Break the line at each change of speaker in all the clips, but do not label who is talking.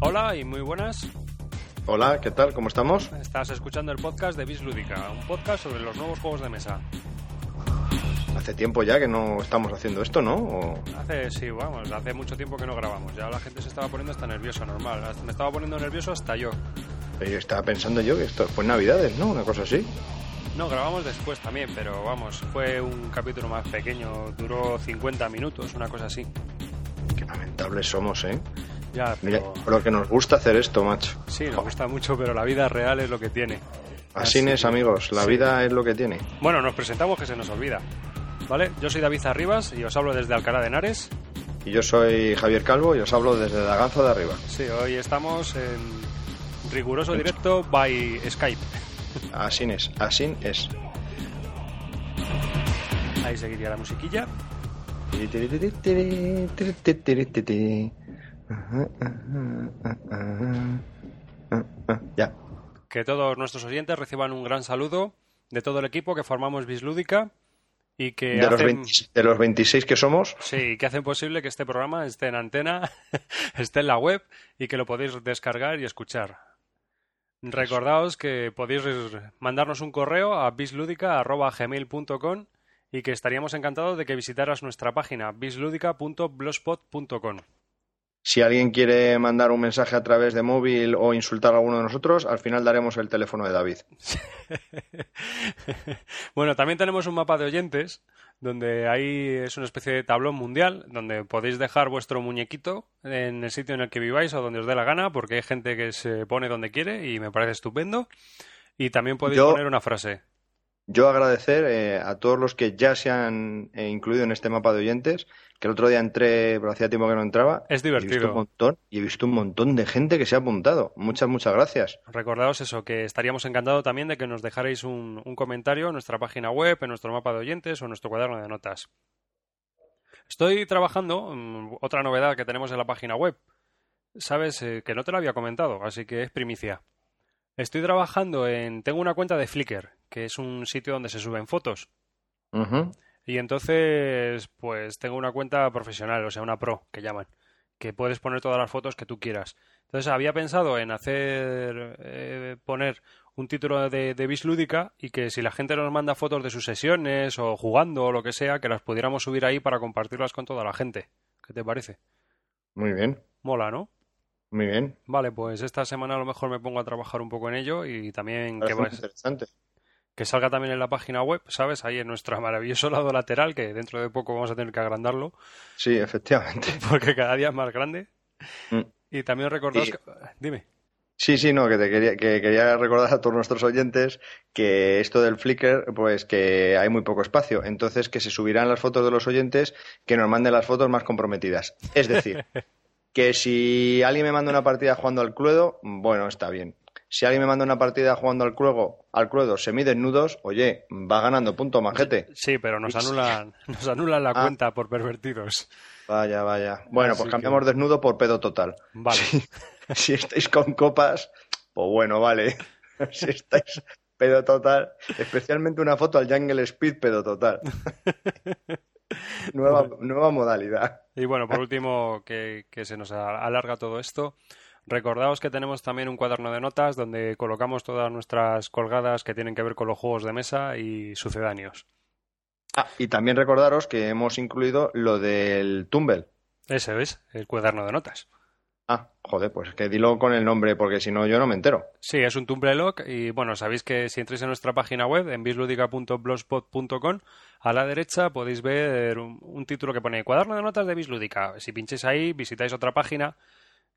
Hola y muy buenas.
Hola, ¿qué tal? ¿Cómo estamos?
Estás escuchando el podcast de Bislúdica, un podcast sobre los nuevos juegos de mesa.
Hace tiempo ya que no estamos haciendo esto, ¿no? O-
Hace, sí, vamos, hace mucho tiempo que no grabamos. Ya la gente se estaba poniendo hasta nerviosa, normal. Hasta- Me estaba poniendo nervioso hasta yo.
Pero yo eh, estaba pensando yo que esto fue en Navidades, ¿no? Una cosa así.
No, grabamos después también, pero vamos, fue un capítulo más pequeño, duró 50 minutos, una cosa así.
Qué lamentables somos, ¿eh?
Ya,
Mira,
pero...
por lo que nos gusta hacer esto, macho.
Sí, nos gusta mucho, pero la vida real es lo que tiene.
Así es, amigos, la
Sí.
vida es lo que tiene.
Bueno, nos presentamos que se nos olvida. ¿Vale? Yo soy David Arribas y os hablo desde Alcalá de Henares.
Y yo soy Javier Calvo y os hablo desde la ganza de arriba.
Sí, hoy estamos en riguroso directo by Skype.
Así es, así es.
Ahí seguiría la musiquilla.
Ya.
Que todos nuestros oyentes reciban un gran saludo de todo el equipo que formamos Bislúdica y que
De los,
hacen...
20 de los 26 que somos,
Sí, que hacen posible que este programa esté en antena, esté en la web y que lo podéis descargar y escuchar. Recordaos que podéis mandarnos un correo a bisludica.gmail.com y que estaríamos encantados de que visitaras nuestra página bisludica.blogspot.com.
Si alguien quiere mandar un mensaje a través de móvil o insultar a alguno de nosotros, al final daremos el teléfono de David.
bueno, también tenemos un mapa de oyentes, donde ahí es una especie de tablón mundial, donde podéis dejar vuestro muñequito en el sitio en el que viváis o donde os dé la gana, porque hay gente que se pone donde quiere y me parece estupendo. Y también podéis
Yo-
poner una frase.
Yo agradecer eh, a todos los que ya se han eh, incluido en este mapa de oyentes, que el otro día entré, pero hacía tiempo que no entraba.
Es
y he visto
divertido.
un montón, y he visto un montón de gente que se ha apuntado. Muchas, muchas gracias.
Recordaos eso, que estaríamos encantados también de que nos dejaréis un, un comentario en nuestra página web, en nuestro mapa de oyentes o en nuestro cuaderno de notas. Estoy trabajando, mm, otra novedad que tenemos en la página web. Sabes eh, que no te lo había comentado, así que es primicia. Estoy trabajando en... Tengo una cuenta de Flickr, que es un sitio donde se suben fotos.
Ujú.
Y entonces, pues tengo una cuenta profesional, o sea, una pro, que llaman, que puedes poner todas las fotos que tú quieras. Entonces, había pensado en hacer, eh, poner un título de, de Bislúdica y que si la gente nos manda fotos de sus sesiones o jugando o lo que sea, que las pudiéramos subir ahí para compartirlas con toda la gente. ¿Qué te parece?
Muy bien,
Mola, ¿no?
muy bien.
Vale, pues esta semana a lo mejor me pongo a trabajar un poco en ello y también que,
Parece muy
vas-
interesante.
que salga también en la página web, ¿sabes? Ahí en nuestro maravilloso lado lateral, que dentro de poco vamos a tener que agrandarlo.
Sí, efectivamente.
porque cada día es más grande.
Mm.
Y también recordaos
Y-
que... eh, Dime.
Sí, sí, no, que te quería, que quería recordar a todos nuestros oyentes que esto del Flickr, pues que hay muy poco espacio. Entonces, que se subirán las fotos de los oyentes que nos manden las fotos más comprometidas. Es decir, que si alguien me manda una partida jugando al Cluedo, bueno, está bien. Si alguien me manda una partida jugando al Cluedo, al Cluedo semidesnudos, oye, va ganando punto, majete.
Sí, pero nos
Sí.
anulan, nos anulan la
Ah.
cuenta por pervertidos.
Vaya, vaya. Bueno,
Así
pues cambiamos desnudo por pedo total.
Vale.
Si, si estáis con copas, pues bueno, vale. Si estáis pedo total, especialmente una foto al Jungle Speed pedo total. Nueva, nueva modalidad.
Y bueno,
Ah.
por último, que, que se nos a- alarga todo esto. Recordaos que tenemos también un cuaderno de notas donde colocamos todas nuestras colgadas que tienen que ver con los juegos de mesa y sucedáneos.
Ah, y también recordaros que hemos incluido lo del Tumble.
Ese es el cuaderno de notas.
Ah, joder, pues que dilo con el nombre, porque si no, yo no me entero.
Sí, es un Tumblr log y bueno, sabéis que si entráis en nuestra página web en bisludica.blogspot.com a la derecha podéis ver un, un título que pone Cuaderno de notas de Bislúdica. Si pincháis ahí, visitáis otra página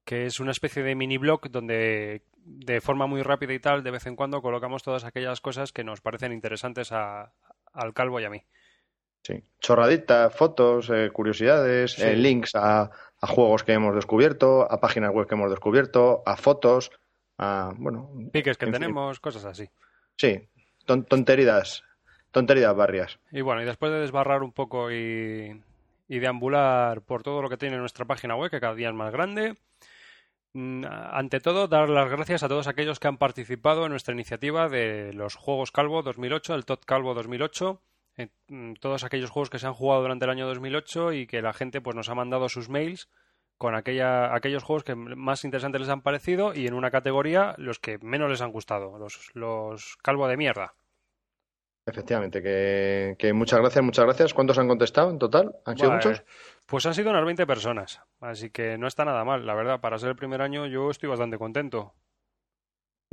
que es una especie de mini blog donde de forma muy rápida y tal, de vez en cuando colocamos todas aquellas cosas que nos parecen interesantes a- al calvo y a mí.
Sí. Chorraditas, fotos, eh, curiosidades,
Sí.
eh, links a, a juegos que hemos descubierto, a páginas web que hemos descubierto, a fotos, a, bueno,
Piques que
En fin.
tenemos, cosas así.
Sí, ton- tonterías, tonterías barrias.
Y bueno, y después de desbarrar un poco y, y deambular por todo lo que tiene nuestra página web, que cada día es más grande, mm, ante todo, dar las gracias a todos aquellos que han participado en nuestra iniciativa de los Juegos Calvo 2008, el Tot Calvo 2008, eh, mm, todos aquellos juegos que se han jugado durante el año 2008 y que la gente pues, nos ha mandado sus mails con aquella, aquellos juegos que más interesantes les han parecido y en una categoría los que menos les han gustado, los, los calvo de mierda.
Efectivamente, que, que muchas gracias, muchas gracias. ¿Cuántos han contestado en total? ¿Han sido
Vale.
muchos?
Pues han sido unas 20 personas, así que no está nada mal, la verdad. Para ser el primer año yo estoy bastante contento.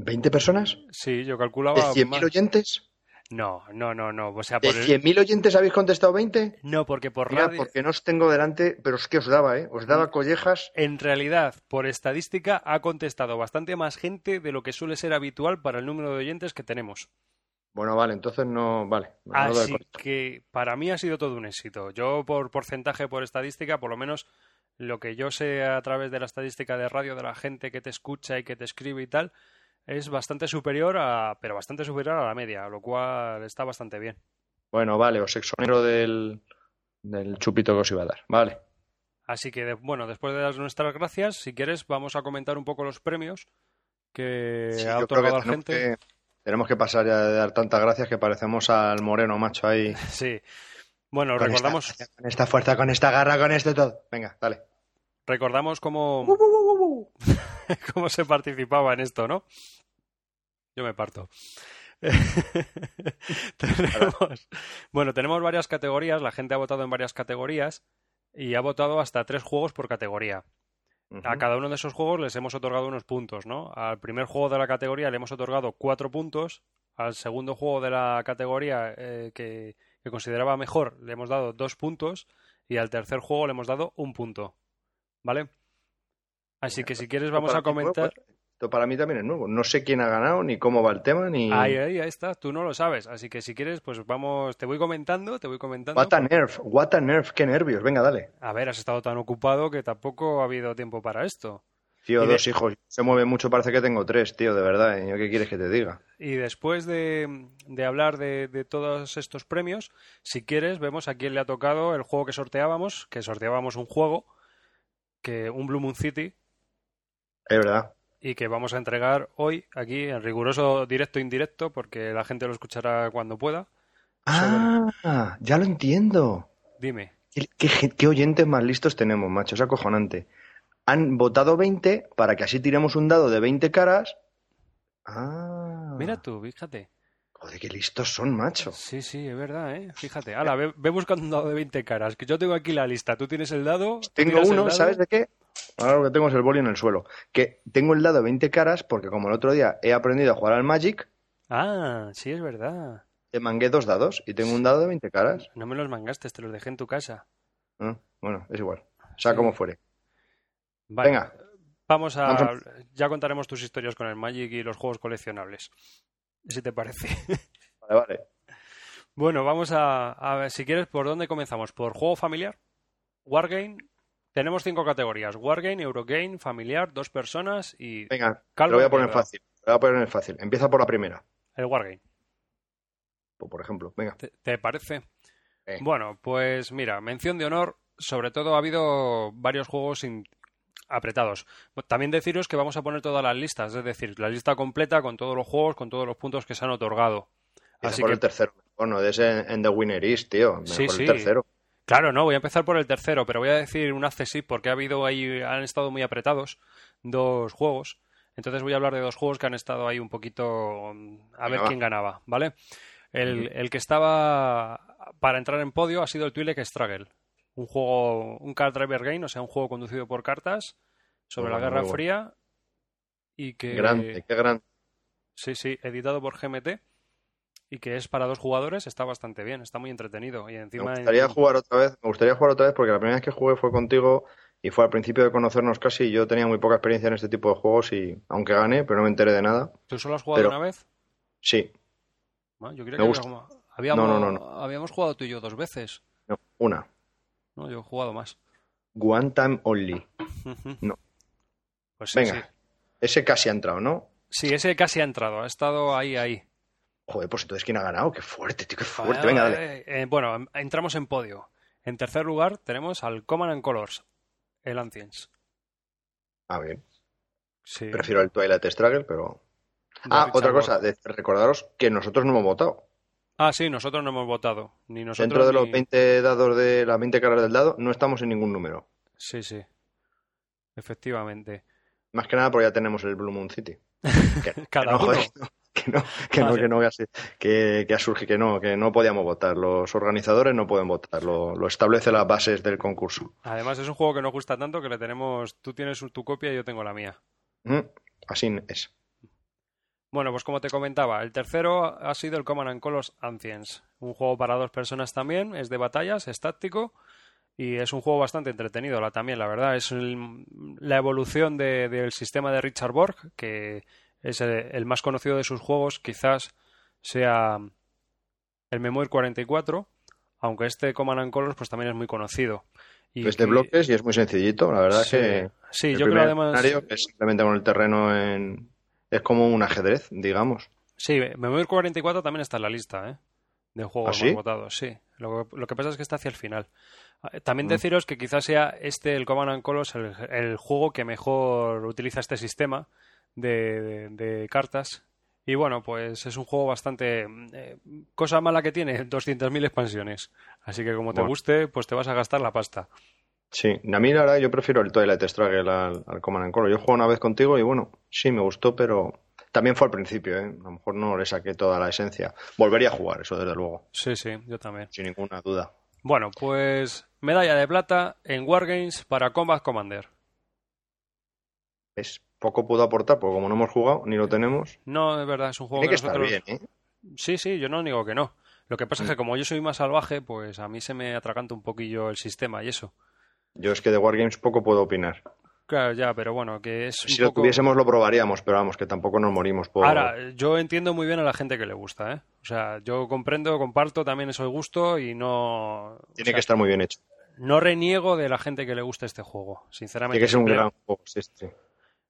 ¿20 personas?
Sí, yo
¿De
calculaba...
100.000
más.
oyentes?
No, no, no, no. O sea,
¿De
por el-
100.000 oyentes habéis contestado 20?
No, porque por Mm.
Mira,
radio...
porque no os tengo delante, pero es que os daba, ¿eh? Os daba collejas.
En realidad, por estadística, ha contestado bastante más gente de lo que suele ser habitual para el número de oyentes que tenemos.
Bueno, vale, entonces no. Vale. no doy
Así
correcto.
que para mí ha sido todo un éxito. Yo por porcentaje, por estadística, por lo menos lo que yo sé a través de la estadística de radio de la gente que te escucha y que te escribe y tal, es bastante superior a, pero bastante superior a la media, lo cual está bastante bien.
Bueno, vale, os exonero del, del chupito que os iba a dar. Vale.
Así que, de- bueno, después de dar nuestras gracias, si quieres, vamos a comentar un poco los premios que
Sí,
Eh, ha
yo creo que
otorgado la
tenemos
gente.
que- tenemos que pasar ya de dar tantas gracias que parecemos al moreno macho ahí.
Sí. Bueno,
Con
recordamos,
esta- con esta fuerza, con esta garra, con este todo. Venga, dale.
recordamos cómo,
Uh,
cómo se participaba en esto, ¿no? Yo me parto. tenemos, bueno, tenemos varias categorías, la gente ha votado en varias categorías y ha votado hasta tres juegos por categoría. A
Ujú.
cada uno de esos juegos les hemos otorgado unos puntos, ¿no? Al primer juego de la categoría le hemos otorgado cuatro puntos, al segundo juego de la categoría eh, que, que consideraba mejor le hemos dado dos puntos y al tercer juego le hemos dado un punto, ¿vale? Así
Venga,
que si
pues,
quieres
esto
vamos
para
a
mí es nuevo,
comentar...
¿eh? Esto para mí también es nuevo. No sé quién ha ganado, ni cómo va el tema, ni.
Ahí, ahí, ahí está, tú no lo sabes, así que si quieres pues vamos, te voy comentando, te voy comentando.
What a nerf, what a nerf, qué nervios. Venga, dale.
A ver, has estado tan ocupado que tampoco ha habido tiempo para esto.
Tío,
Y de-
dos hijos. Se mueve mucho, parece que tengo tres, tío, de verdad. ¿eh? ¿Yo ¿Qué quieres que te diga?
Y después de, de hablar de, de todos estos premios, si quieres, vemos a quién le ha tocado el juego que sorteábamos, que sorteábamos un juego, que un Blue Moon City,
Es verdad.
y que vamos a entregar hoy aquí en riguroso directo indirecto, porque la gente lo escuchará cuando pueda.
Ah, ya lo entiendo.
Dime,
¿Qué, qué gen- qué oyentes más listos tenemos, macho? Es acojonante. Han votado 20 para que así tiremos un dado de 20 caras. Ah.
mira tú, fíjate.
Joder, qué listos son, macho.
Sí, sí, es verdad, ¿eh? Fíjate. Ala, ve, ve buscando un dado de 20 caras, que yo tengo aquí la lista. Tú tienes el dado. tú
Tengo
tiras el
uno,
dado.
¿sabes de qué? Ahora lo que tengo es el boli en el suelo. Que tengo el dado de 20 caras porque como el otro día he aprendido a jugar al Magic,
Ah, sí, es verdad.
te mangué dos dados y tengo un dado de 20 caras.
No me los mangaste, te los dejé en tu casa.
Ah, Bueno, es igual. O sea,
Sí.
como fuere.
Vale.
Venga,
Vamos a.
Vamos
Ya contaremos tus historias con el Magic y los juegos coleccionables. Si te parece.
vale, vale.
bueno, vamos a, a ver, si quieres, ¿por dónde comenzamos? ¿Por juego familiar? ¿Wargame? Tenemos cinco categorías: Wargame, Eurogame, familiar, dos personas y
Venga,
Calvo
te lo voy
de
a poner
mierda.
fácil. Te lo voy a poner fácil. Empieza por la primera,
el Wargame.
por- por ejemplo. Venga.
¿Te, te parece?
Eh.
Bueno, pues mira, mención de honor. Sobre todo ha habido varios juegos in- apretados. También deciros que vamos a poner todas las listas, es decir, la lista completa con todos los juegos, con todos los puntos que se han otorgado.
Empieza
Así
por
que
el tercero. Bueno, de ese en The Winner is, tío. Mejor
Sí,
el
sí.
tercero.
Claro, no, voy a empezar por el tercero, pero voy a decir un accesible porque ha habido ahí, han estado muy apretados dos juegos. Entonces voy a hablar de dos juegos que han estado ahí un poquito mm, a ver
Venga, va.
quién ganaba, ¿vale? El,
Ujú.
el que estaba para entrar en podio ha sido el Twi'lek Struggle, un juego, un card driver game, o sea, un juego conducido por cartas sobre
Muy
la
bueno,
Guerra
muy bueno.
Fría y que
Grande, qué grande.
Sí, sí, editado por GMT y que es para dos jugadores, está bastante bien, está muy entretenido y
Me
encima en-
gustaría jugar otra vez, me gustaría jugar otra vez porque la primera vez que jugué fue contigo y fue al principio de conocernos casi y yo tenía muy poca experiencia en este tipo de juegos y aunque gané, pero no me enteré de nada.
¿Tú solo has jugado
Pero-
una vez?
Sí,
Ah, Yo creo
Me
que
gusta.
habíamos, habíamos-
No, no, no,
habíamos jugado tú y yo dos veces.
no, una.
No, yo he jugado más.
One time only.
Ujú.
No.
Pues sí,
Venga. Ese casi ha entrado, ¿no?
sí. Sí, ese casi ha entrado, ha estado ahí, ahí.
Joder, pues entonces ¿quién ha ganado? Qué fuerte, tío, qué
Eh,
fuerte. Venga, dale.
eh, eh, bueno, em- entramos en podio. En tercer lugar tenemos al Command and Colors, el Ancients.
Ah, bien.
Sí.
Prefiero el Twilight Struggle, pero...
de
Ah,
Richard
otra cosa,
Ward.
de- recordaros que nosotros no hemos votado.
Ah, sí, nosotros no hemos votado. Ni nosotros
Dentro de los
ni-
20 dados de las 20 caras del dado, no estamos en ningún número.
Sí, sí. Efectivamente.
Más que nada porque ya tenemos el Blue Moon City. Que,
Cada
que no,
uno.
joder, que no, que no,
Vale.
que no, que así- que, que ha surgido, que no, que no podíamos votar. Los organizadores no pueden votar, lo, lo establece las bases del concurso.
Además, es un juego que nos gusta tanto que le tenemos. Tú tienes tu copia y yo tengo la mía.
Mm, Así es.
Bueno, pues como te comentaba, el tercero ha sido el Command and Colors Ancients. Un juego para dos personas también, es de batallas, es táctico y es un juego bastante entretenido la, también, la verdad. Es el- la evolución de- del sistema de Richard Borg, que es eh, el más conocido de sus juegos, quizás sea el Memoir 44, aunque este Command and Colors pues también es muy conocido. Y
Es Pues de
que-
bloques y es muy sencillito, la verdad es
Sí,
que
sí,
el
yo creo
primer
además...
escenario es simplemente con el terreno en... Es como un ajedrez, digamos.
Sí, Memoir 44 también está en la lista, ¿eh? De juegos
¿Ah, sí?
más votados, sí. Lo, lo que pasa es que está hacia el final. Eh, También
Mm.
deciros que quizás sea este, el Command and Colors, el, el juego que mejor utiliza este sistema de, de- de cartas. Y bueno, pues es un juego bastante... eh, cosa mala que tiene, 200.000 expansiones. Así que como te
Bueno.
guste, pues te vas a gastar la pasta.
Sí, a mí la verdad yo prefiero el Twilight Struggle al, al Command and Conquer. Yo jugué una vez contigo y bueno, sí, me gustó, pero también fue al principio, ¿eh? A lo mejor no le saqué toda la esencia. Volvería a jugar, eso desde luego,
Sí, sí, yo también.
sin ninguna duda.
Bueno, pues medalla de plata en Wargames para Combat Commander.
Es poco puedo aportar, porque como no hemos jugado, ni lo tenemos,
No, es verdad, es un juego
tiene que
que
estar
nosotros...
bien, ¿eh?
Sí, sí, yo no digo que no. Lo que pasa es que
Mm.
como yo soy más salvaje, pues a mí se me atraganta un poquillo el sistema y eso.
Yo es que de Wargames poco puedo opinar.
Claro, ya, pero bueno, que es un
Si lo
poco-
tuviésemos lo probaríamos, pero vamos, que tampoco nos morimos por...
Ahora, yo entiendo muy bien a la gente que le gusta, ¿eh? O sea, yo comprendo, comparto también ese gusto y no... o
Tiene
sea,
que estar muy bien hecho.
No reniego de la gente que le gusta este juego, sinceramente.
Tiene que ser un
Simple-
gran juego, sí, sí.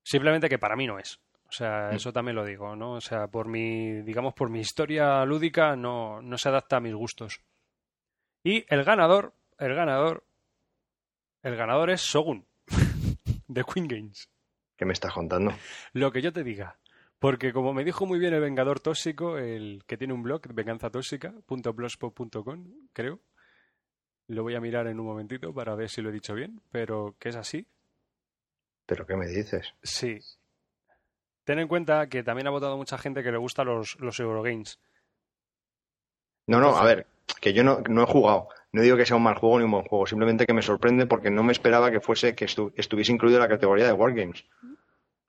Simplemente que para mí no es. O sea,
Mm.
eso también lo digo, ¿no? O sea, por mi, digamos, por mi historia lúdica no, no se adapta a mis gustos. Y el ganador, el ganador, el ganador es Shogun, de Queen Games.
¿Qué me estás contando?
Lo que yo te diga. Porque como me dijo muy bien el Vengador Tóxico, el que tiene un blog, venganzatóxica.blogspot.com, creo. Lo voy a mirar en un momentito para ver si lo he dicho bien, pero que es así.
¿Pero qué me dices?
Sí. Ten en cuenta que también ha votado mucha gente que le gusta los, los Eurogames.
No, no, a
Entonces-
ver, que yo no, no he jugado. No digo que sea un mal juego ni un buen juego, simplemente que me sorprende porque no me esperaba que fuese que estu- estuviese incluido en la categoría de Wargames.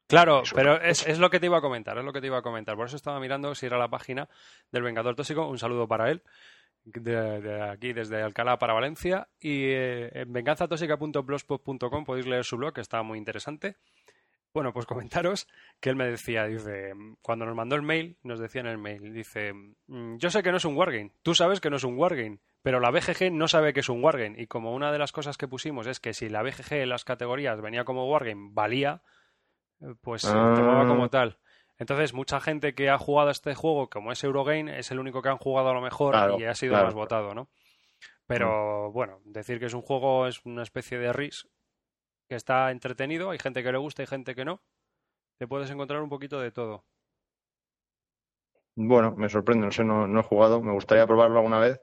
Claro,
Eso-
pero es, es lo que te iba a comentar, es lo que te iba a comentar. Por eso estaba mirando si era la página del Vengador Tóxico. Un saludo para él, de, de aquí desde Alcalá para Valencia. Y eh, en venganzatóxica.blogspot.com podéis leer su blog, que está muy interesante. Bueno, pues comentaros que él me decía, dice, cuando nos mandó el mail, nos decía en el mail, dice, "Mm, yo sé que no es un wargame, tú sabes que no es un wargame, pero la BGG no sabe que es un wargame. Y como una de las cosas que pusimos es que si la BGG en las categorías venía como wargame, valía, eh, pues se
Ah.
tomaba como tal. Entonces, mucha gente que ha jugado a este juego, como es Eurogame, es el único que han jugado a lo mejor
Claro,
y ha sido
claro. Mm.
más votado, ¿no? Pero bueno, decir que es un juego es una especie de RIS que está entretenido, hay gente que le gusta y gente que no. Te puedes encontrar un poquito de todo.
Bueno, me sorprende, no sé, no, no he jugado, me gustaría probarlo alguna vez,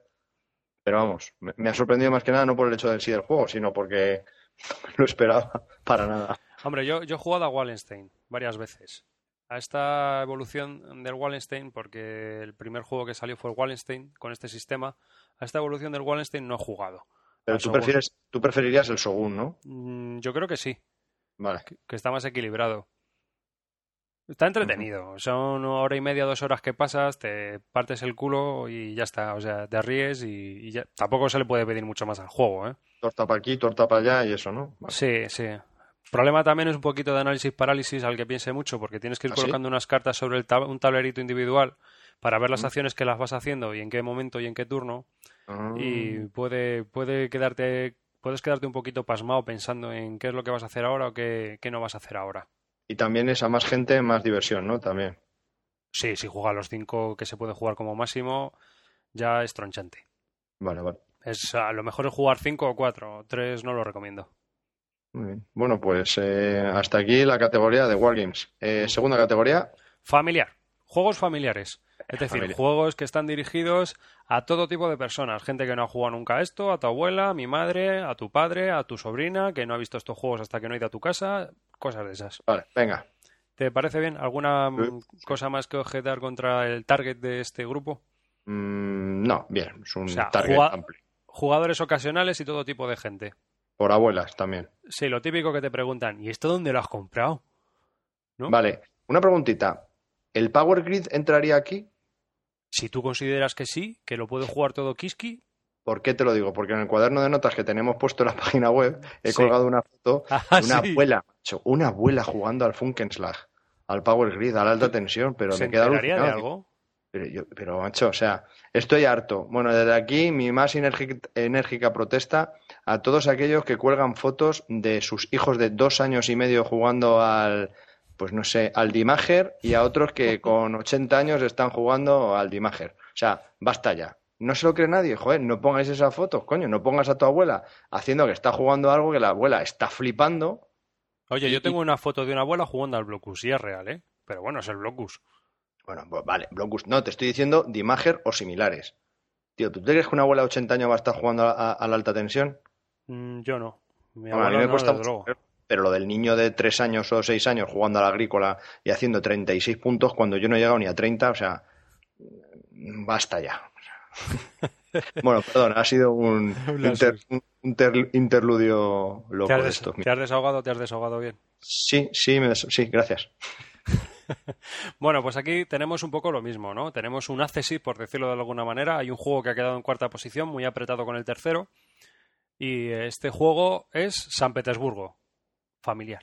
pero vamos, me, me ha sorprendido más que nada no por el hecho del sí del juego, sino porque no lo esperaba para nada.
Hombre, yo, yo he jugado a Wallenstein varias veces. A esta evolución del Wallenstein, porque el primer juego que salió fue el Wallenstein con este sistema, a esta evolución del Wallenstein no he jugado.
Pero
Al
tú
Shogun.
prefieres, tú preferirías el Shogun, ¿no?
Mm, Yo creo que sí.
Vale.
que- que está más equilibrado. Está entretenido. Son una hora y media, dos horas que pasas, te partes el culo y ya está. O sea, te ríes y, y ya. Tampoco se le puede pedir mucho más al juego, ¿eh?
Torta para aquí, torta para allá y eso, ¿no? Vale.
Sí, sí. Problema también es un poquito de análisis parálisis al que piense mucho, porque tienes que ir
¿Ah, sí?
colocando unas cartas sobre el tab- un tablerito individual para ver las
Mm.
acciones que las vas haciendo y en qué momento y en qué turno.
Ah,
Y puede, puede quedarte, puedes quedarte un poquito pasmado pensando en qué es lo que vas a hacer ahora o qué- qué no vas a hacer ahora.
y también es a más gente, más diversión, ¿no? También.
Sí, si juega a los cinco que se puede jugar como máximo, ya es tronchante.
Vale, vale.
Es, a lo mejor es jugar cinco o cuatro, tres no lo recomiendo.
Muy bien. Bueno, pues eh, hasta aquí la categoría de Wargames. Eh, segunda categoría,
Familiar. Juegos familiares. Es decir, familia. juegos que están dirigidos a todo tipo de personas, gente que no ha jugado nunca esto, a tu abuela, a mi madre, a tu padre, a tu sobrina, que no ha visto estos juegos hasta que no ha ido a tu casa, cosas de esas.
Vale, venga.
¿Te parece bien? ¿Alguna sí. cosa más que objetar contra el target de este grupo?
Mm, no, bien, es un o sea, target juga amplio.
Jugadores ocasionales y todo tipo de gente.
Por abuelas también.
Sí, lo típico que te preguntan, ¿y esto dónde lo has comprado?
¿No? Vale, una preguntita. ¿El Power Grid entraría aquí?
Si tú consideras que sí, que lo puede jugar todo Kiski.
¿Por qué te lo digo? Porque en el cuaderno de notas que tenemos puesto en la página web he sí. colgado una foto
ah,
de una sí. abuela, macho, una abuela jugando al Funkenslag, al Power Grid, a la alta tensión, pero
¿Se
me queda
de algo?
Pero, yo, pero, macho, o sea, estoy harto. Bueno, desde aquí mi más enérgica protesta a todos aquellos que cuelgan fotos de sus hijos de dos años y medio jugando al, pues no sé, al Dimager y a otros que con 80 años están jugando al Dimager. O sea, basta ya. No se lo cree nadie, joder, no pongáis esas fotos, coño, no pongas a tu abuela haciendo que está jugando algo que la abuela está flipando.
Oye, y, yo tengo una foto de una abuela jugando al Blocus y es real, ¿eh? Pero bueno, es el Blocus.
Bueno, pues vale, Blocus, no, te estoy diciendo Dimager o similares. Tío, ¿tú te crees que una abuela de 80 años va a estar jugando a, a, a la alta tensión?
Mm, yo no. Mi
bueno, a mí me no, cuesta mucho pero lo del niño de tres años o seis años jugando a la agrícola y haciendo 36 puntos cuando yo no he llegado ni a 30, o sea, basta ya. bueno, perdón, ha sido un, inter, un inter, interludio loco
¿Te has,
de estos.
¿Te has desahogado? ¿Te has desahogado bien?
Sí, sí, me sí gracias.
bueno, pues aquí tenemos un poco lo mismo, ¿no? Tenemos un accesi, por decirlo de alguna manera. Hay un juego que ha quedado en cuarta posición, muy apretado con el tercero. Y este juego es San Petersburgo familiar.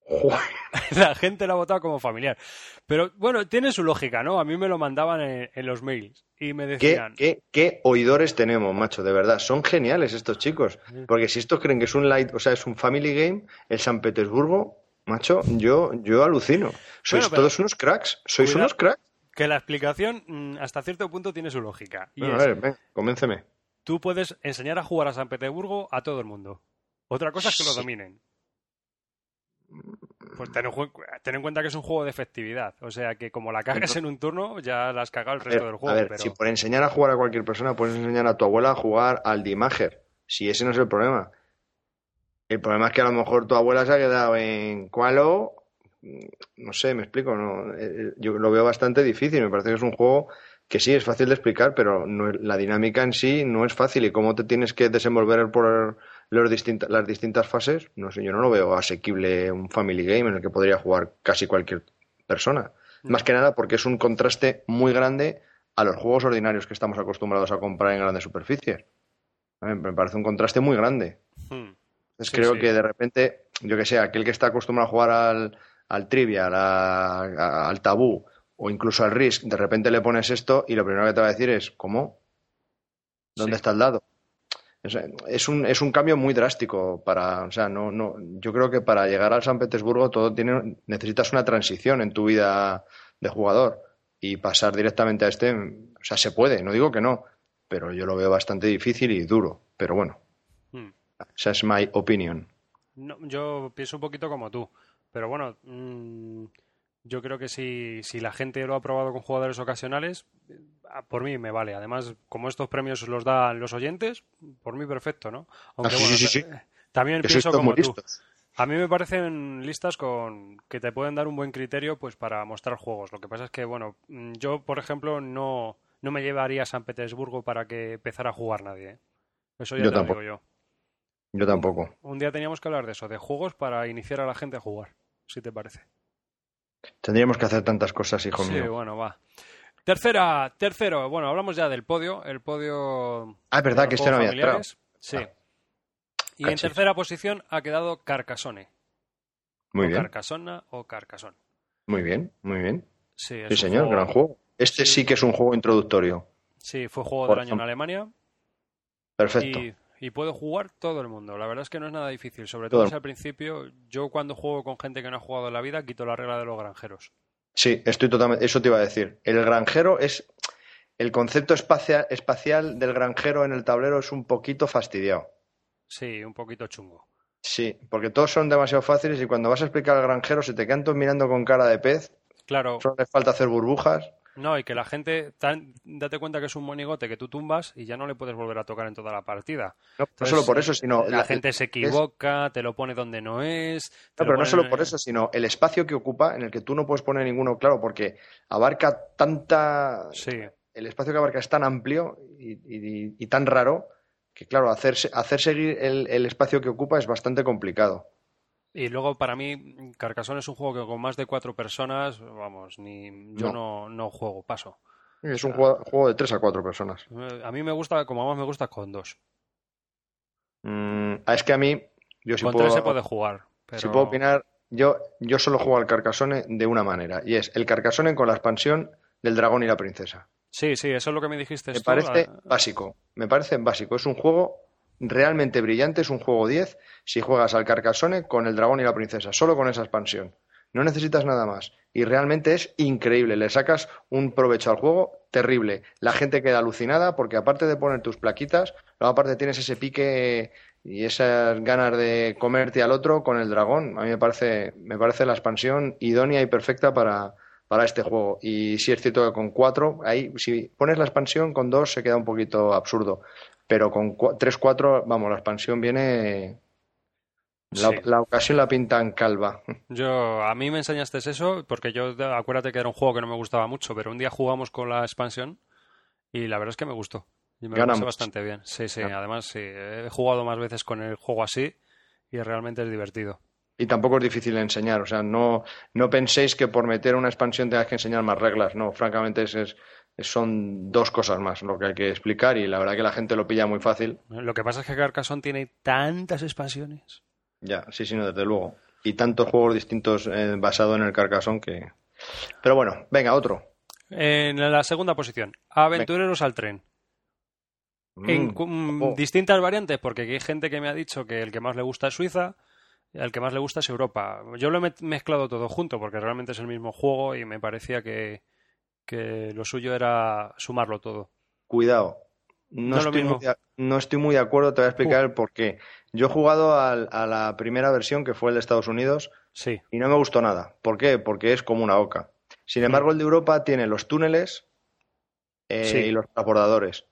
la gente la ha votado como familiar. Pero bueno, tiene su lógica, ¿no? A mí me lo mandaban en, en los mails y me decían...
¿Qué, ¿Qué, qué, oidores tenemos, macho? De verdad, son geniales estos chicos. Porque si estos creen que es un light, o sea, es un family game, el San Petersburgo, macho, yo, yo alucino. Sois bueno, todos unos cracks, sois cuidado, unos cracks.
Que la explicación mm, hasta cierto punto tiene su lógica. Y
bueno,
es,
a ver, ven, convénceme.
Tú puedes enseñar a jugar a San Petersburgo a todo el mundo. Otra cosa es que lo dominen. Pues ten, ten, en cuenta que es un juego de efectividad. O sea que como la cagas en un turno, ya la has cagado el resto
ver,
del juego.
A ver,
pero...
Si por enseñar a jugar a cualquier persona, puedes enseñar a tu abuela a jugar al Dimager. Si ese no es el problema. El problema es que a lo mejor tu abuela se ha quedado en Qualo. mm, No sé, me explico. No, Eh, yo lo veo bastante difícil. Me parece que es un juego que sí es fácil de explicar, pero no, la dinámica en sí no es fácil y cómo te tienes que desenvolver por los distinta, las distintas fases, no sé, yo no lo veo asequible un family game en el que podría jugar casi cualquier persona. No. Más que nada porque es un contraste muy grande a los juegos ordinarios que estamos acostumbrados a comprar en grandes superficies. A mí me parece un contraste muy grande. Hmm. Entonces sí, creo sí. que de repente, yo que sé, aquel que está acostumbrado a jugar al, al trivia, al, al tabú, o incluso al Risk, de repente le pones esto y lo primero que te va a decir es, ¿cómo? ¿Dónde sí. está el dado? Es, es, un, es un cambio muy drástico para, o sea, no, no, yo creo que para llegar al San Petersburgo todo tiene, necesitas una transición en tu vida de jugador y pasar directamente a este, o sea, se puede, no digo que no, pero yo lo veo bastante difícil y duro, pero bueno, hmm. esa es mi opinión.
No, yo pienso un poquito como tú, pero bueno, mmm... Yo creo que si, si, la gente lo ha probado con jugadores ocasionales, eh, por mí me vale. Además, como estos premios los dan los oyentes, por mí perfecto, ¿no?
Aunque, ah, sí, bueno, sí, sí.
También que pienso como tú. A mí me parecen listas con que te pueden dar un buen criterio pues para mostrar juegos. Lo que pasa es que, bueno, mm, yo, por ejemplo, no, no me llevaría a San Petersburgo para que empezara a jugar nadie. ¿eh? Eso ya
yo
te lo digo yo.
Yo tampoco.
Un día teníamos que hablar de eso, de juegos para iniciar a la gente a jugar, si te parece.
Tendríamos que hacer tantas cosas, hijo
sí,
mío.
Sí, bueno, va. Tercera, tercero. Bueno, hablamos ya del podio. El podio.
Ah, es verdad que este no había entrado.
Sí. Ah. Y Cachis. en tercera posición ha quedado Carcasone.
Muy
o
bien.
Carcasona o Carcasón.
Muy bien, muy bien.
Sí,
sí señor, juego... gran juego. Este sí. sí. que es un juego introductorio.
Sí, fue juego Por del año ejemplo. en Alemania.
Perfecto.
Y y puede jugar todo el mundo. La verdad es que no es nada difícil, sobre todo, todo. Si al principio. Yo cuando juego con gente que no ha jugado en la vida, quito la regla de los granjeros.
Sí, estoy totalmente. Eso te iba a decir. El granjero es el concepto espacia... espacial del granjero en el tablero es un poquito fastidiado.
Sí, un poquito chungo.
Sí, porque todos son demasiado fáciles y cuando vas a explicar al granjero se te cantos mirando con cara de pez.
Claro.
Solo les falta hacer burbujas.
No, y que la gente, tan, date cuenta que es un monigote que tú tumbas y ya no le puedes volver a tocar en toda la partida.
No, Entonces, no solo por eso, sino...
La, la gente se equivoca, es... te lo pone donde no es...
No, pero no solo en...
eh.
por eso, sino el espacio que ocupa en el que tú no puedes poner ninguno, claro, porque abarca tanta...
Sí.
El espacio que abarca es tan amplio y, y, y tan raro que, claro, hacer, hacer seguir el, el espacio que ocupa es bastante complicado.
Y luego, para mí, Carcassonne es un juego que con más de cuatro personas, vamos, ni yo no, no, no juego, paso.
Es un
Ah.
o sea, juego, juego, de tres a cuatro personas.
A mí me gusta, como más me gusta, con dos.
Mm, es que a mí, Pues yo sí
con
puedo,
tres se puede jugar. Pero...
Si puedo opinar, yo, yo solo juego al Carcassonne de una manera, y es el Carcassonne con la expansión del dragón y la princesa.
Sí, sí, eso es lo que me dijiste.
Me parece
tú.
básico, me parece básico. Es un juego realmente brillante, es un juego 10 si juegas al Carcassonne con el dragón y la princesa, solo con esa expansión. No necesitas nada más. Y realmente es increíble. Le sacas un provecho al juego terrible. La gente queda alucinada porque aparte de poner tus plaquitas, luego aparte tienes ese pique y esas ganas de comerte al otro con el dragón. A mí me parece, me parece la expansión idónea y perfecta para, para este juego. Y si sí es cierto que con cuatro, ahí, si pones la expansión con dos se queda un poquito absurdo pero con 3-4, vamos, la expansión viene. La, sí. la, ocasión la pintan calva.
Yo, a mí me enseñaste eso, porque yo, acuérdate que era un juego que no me gustaba mucho, pero un día jugamos con la expansión y la verdad es que me gustó. Y me gustó bastante bien. Sí, sí, Ganamos. además sí, he jugado más veces con el juego así y realmente es divertido.
Y tampoco es difícil de enseñar, o sea, no, no penséis que por meter una expansión tengas que enseñar más reglas, no, francamente es, es son dos cosas más lo que hay que explicar y la verdad que la gente lo pilla muy fácil.
Lo que pasa es que Carcassonne tiene tantas expansiones.
Ya, sí, sí, no, desde luego. Y tantos juegos distintos eh, basados en el Carcassonne que... Pero bueno, venga, otro.
En la segunda posición, Aventureros venga. al tren. Mm, en um, distintas variantes, porque hay gente que me ha dicho que el que más le gusta es Suiza, el que más le gusta es Europa. Yo lo he mezclado todo junto, porque realmente es el mismo juego y me parecía que, que lo suyo era sumarlo todo.
Cuidado. No, no estoy, muy de, no estoy muy de acuerdo, te voy a explicar uh. el por qué. Yo he jugado a, a, la primera versión, que fue el de Estados Unidos,
sí.
y no me gustó nada. ¿Por qué? Porque es como una oca. Sin embargo, el de Europa tiene los túneles eh, sí. y los transbordadores.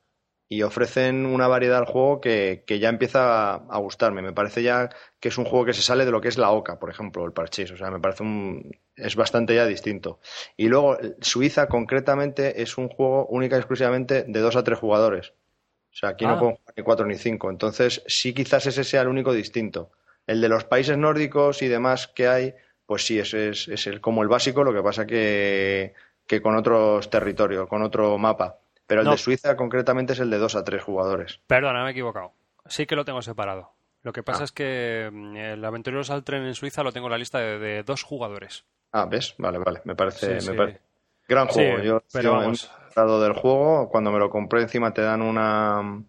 Y ofrecen una variedad al juego que, que ya empieza a, a, gustarme. Me parece ya que es un juego que se sale de lo que es la oca, por ejemplo, el parchís. O sea, me parece un, es bastante ya distinto. Y luego, Suiza concretamente es un juego única y exclusivamente de dos a tres jugadores. O sea, aquí ah. no pueden jugar ni cuatro ni cinco. Entonces, sí quizás ese sea el único distinto. El de los países nórdicos y demás que hay, pues sí, ese es, es el, como el básico, lo que pasa que, que con otros territorios, con otro mapa. Pero el no. de Suiza concretamente es el de dos a tres jugadores.
Perdona, me he equivocado. Sí que lo tengo separado. Lo que pasa ah. es que el Aventureros al Tren en Suiza lo tengo en la lista de, de dos jugadores.
Ah, ¿ves? Vale, vale. Me parece, sí, me sí. parece... gran juego. Sí, yo, pero yo vamos. me he del juego. Cuando me lo compré encima te dan una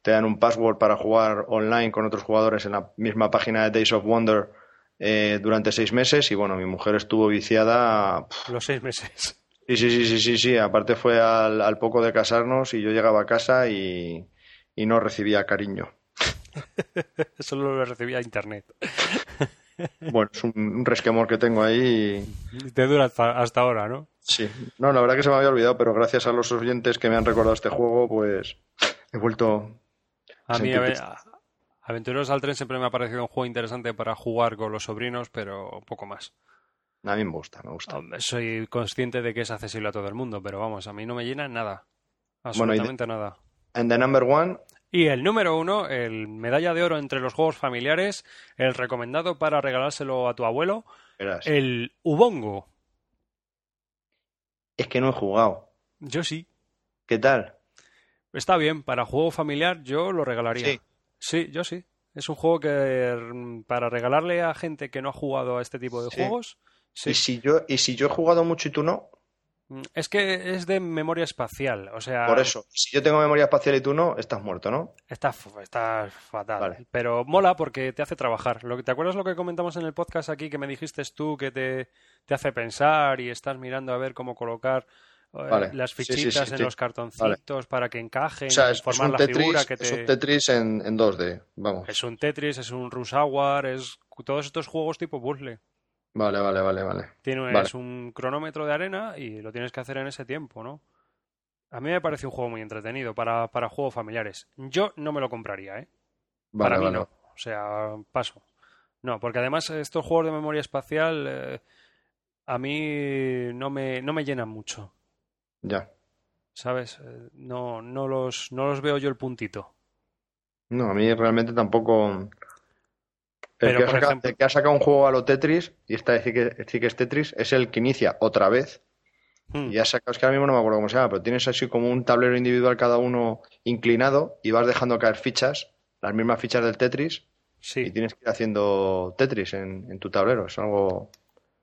te dan un password para jugar online con otros jugadores en la misma página de Days of Wonder eh, durante seis meses y bueno, mi mujer estuvo viciada
pff. los seis meses.
Sí, sí, sí, sí, sí, sí. Aparte fue al, al poco de casarnos y yo llegaba a casa y, y no recibía cariño.
Solo lo recibía internet.
bueno, es un, resquemor que tengo ahí.
Y... Te dura hasta, hasta, ahora, ¿no?
Sí. No, la verdad que se me había olvidado, pero gracias a los oyentes que me han recordado este juego, pues he vuelto.
A, a mí, sentir... a, Aventureros al Tren siempre me ha parecido un juego interesante para jugar con los sobrinos, pero poco más.
A mí me gusta, me gusta.
Soy consciente de que es accesible a todo el mundo, pero vamos, a mí no me llena nada. Absolutamente bueno, de... nada.
And the number one,
y el número uno, el medalla de oro entre los juegos familiares, el recomendado para regalárselo a tu abuelo,
Verás.
el Ubongo.
Es que no he jugado.
Yo sí.
¿Qué tal?
Está bien, para juego familiar yo lo regalaría.
Sí,
sí yo sí. Es un juego que mm, para regalarle a gente que no ha jugado a este tipo de
sí.
juegos. Sí.
¿Y, si yo, ¿Y si yo he jugado mucho y tú no?
Mm, Es que es de memoria espacial, o sea...
Por eso, si yo tengo memoria espacial y tú no, estás muerto, ¿no?
Estás, estás fatal. Vale. Pero mola porque te hace trabajar. Lo que, ¿Te acuerdas lo que comentamos en el podcast aquí que me dijiste tú que te, te hace pensar y estás mirando a ver cómo colocar vale. eh, las fichitas sí, sí, sí, en los cartoncitos vale. para que encajen, o sea, es, formar
es
la
tetris,
figura que
te... Es un Tetris en, en, 2D, vamos.
Es un Tetris, es un Rush Hour, es todos estos juegos tipo puzzle.
Vale, vale, vale, vale.
Tienes
Vale.
un cronómetro de arena y lo tienes que hacer en ese tiempo, ¿no? A mí me parece un juego muy entretenido para, para juegos familiares. Yo no me lo compraría, ¿eh?
Vale,
para mí
vale.
no. O sea, paso. No, porque además estos juegos de memoria espacial eh, a mí no me, no me llenan mucho,
Ya.
¿sabes? Eh, No, no, los, no los veo yo el puntito.
No, a mí realmente tampoco. El
Pero,
que ha
por
saca-
ejemplo-
el que ha sacado un juego a lo Tetris, y esta sí que, sí que es Tetris, es el que inicia otra vez.
Hmm.
Y ha sacado, es que ahora mismo no me acuerdo cómo se llama, pero tienes así como un tablero individual cada uno inclinado y vas dejando caer fichas, las mismas fichas del Tetris, y
Sí,
tienes que ir haciendo Tetris en, en tu tablero. Es algo.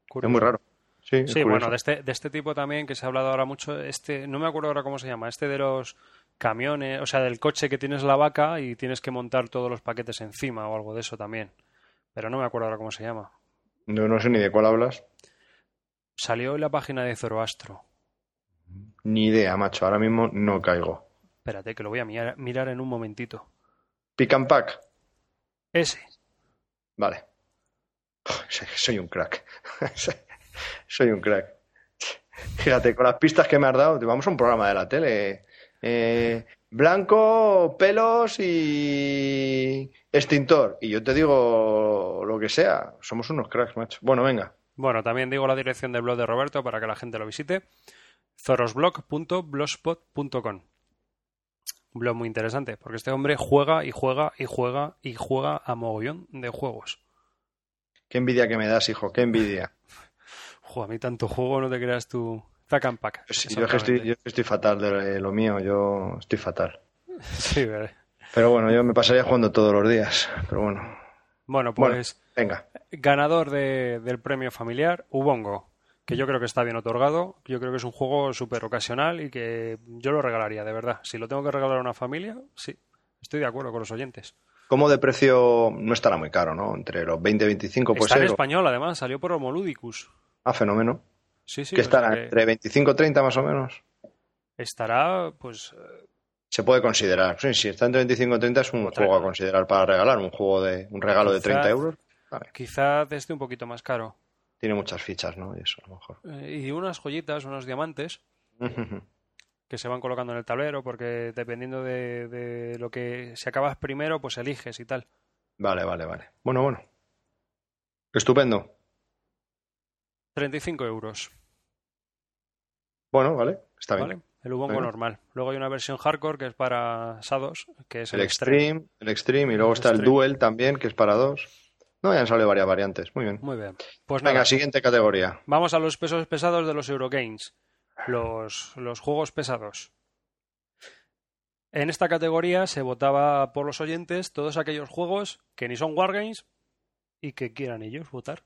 curioso.
Es muy raro. Sí, es
Sí,
curioso.
bueno, de este, de este tipo también que se ha hablado ahora mucho, este, no me acuerdo ahora cómo se llama, este de los camiones, o sea, del coche que tienes la vaca y tienes que montar todos los paquetes encima o algo de eso también. Pero no me acuerdo ahora cómo se llama.
No, no sé ni de cuál hablas.
Salió en la página de Zoroastro.
Ni idea, macho. Ahora mismo no caigo.
Espérate, que lo voy a mirar, mirar en un momentito.
Pick and pack.
Ese.
Vale. Soy- Soy un crack. Soy un crack. Fíjate, con las pistas que me has dado, vamos a un programa de la tele. Eh, blanco, pelos y extintor. Y yo te digo lo que sea. Somos unos cracks, macho. Bueno, venga.
Bueno, también digo la dirección del blog de Roberto para que la gente lo visite. zorosblog.blogspot.com Un blog muy interesante, porque este hombre juega y juega y juega y juega a mogollón de juegos.
Qué envidia que me das, hijo. Qué envidia.
Joder, a mí tanto juego, no te creas tú. Zack and Pack.
Sí, yo, es que estoy, yo es que estoy fatal de lo mío. Yo estoy fatal.
exactamente. Sí, vale.
Pero bueno, yo me pasaría jugando todos los días. Pero bueno.
Bueno,
Bueno.
pues
Venga.
ganador de- del premio familiar, Ubongo, que yo creo que está bien otorgado. Yo creo que es un juego súper ocasional y que yo lo regalaría, de verdad. Si lo tengo que regalar a una familia, sí. Estoy de acuerdo con los oyentes.
¿Cómo de precio? No estará muy caro, ¿no? Entre los 20 y 25, pues
está en
euros.
español, además. Salió por Homoludicus.
Ah, fenómeno.
Sí, sí.
que
o sea
estará
que
entre 25 y 30 más o menos.
estará, pues, eh,
Se puede considerar. Sí, si está entre 25 y 30 es un
Como
juego a
tal.
considerar para regalar. Un juego de un regalo de
Quizá-
30 euros. Vale.
quizá desde un poquito más caro.
Tiene muchas fichas, ¿no? Y eso a lo mejor.
Eh, y unas joyitas, unos diamantes. que se van colocando en el tablero, porque dependiendo de, de lo que si acabas primero, pues eliges y tal.
Vale, vale, vale. Bueno, bueno. Estupendo.
35 euros,
Bueno, vale. Está bien.
¿vale? El Ubongo
Bueno.
normal. Luego hay una versión hardcore que es para SADOS, que es
El
pues el, extreme.
extreme, el extreme y luego está el
Extreme.
duel también, que es para dos. No, ya han salido varias variantes. Muy bien.
Muy bien. Pues nada,
Venga, siguiente categoría.
vamos a los pesos pesados de los Eurogames. Los, los juegos pesados. En esta categoría se votaba por los oyentes todos aquellos juegos que ni son Wargames y que quieran ellos votar.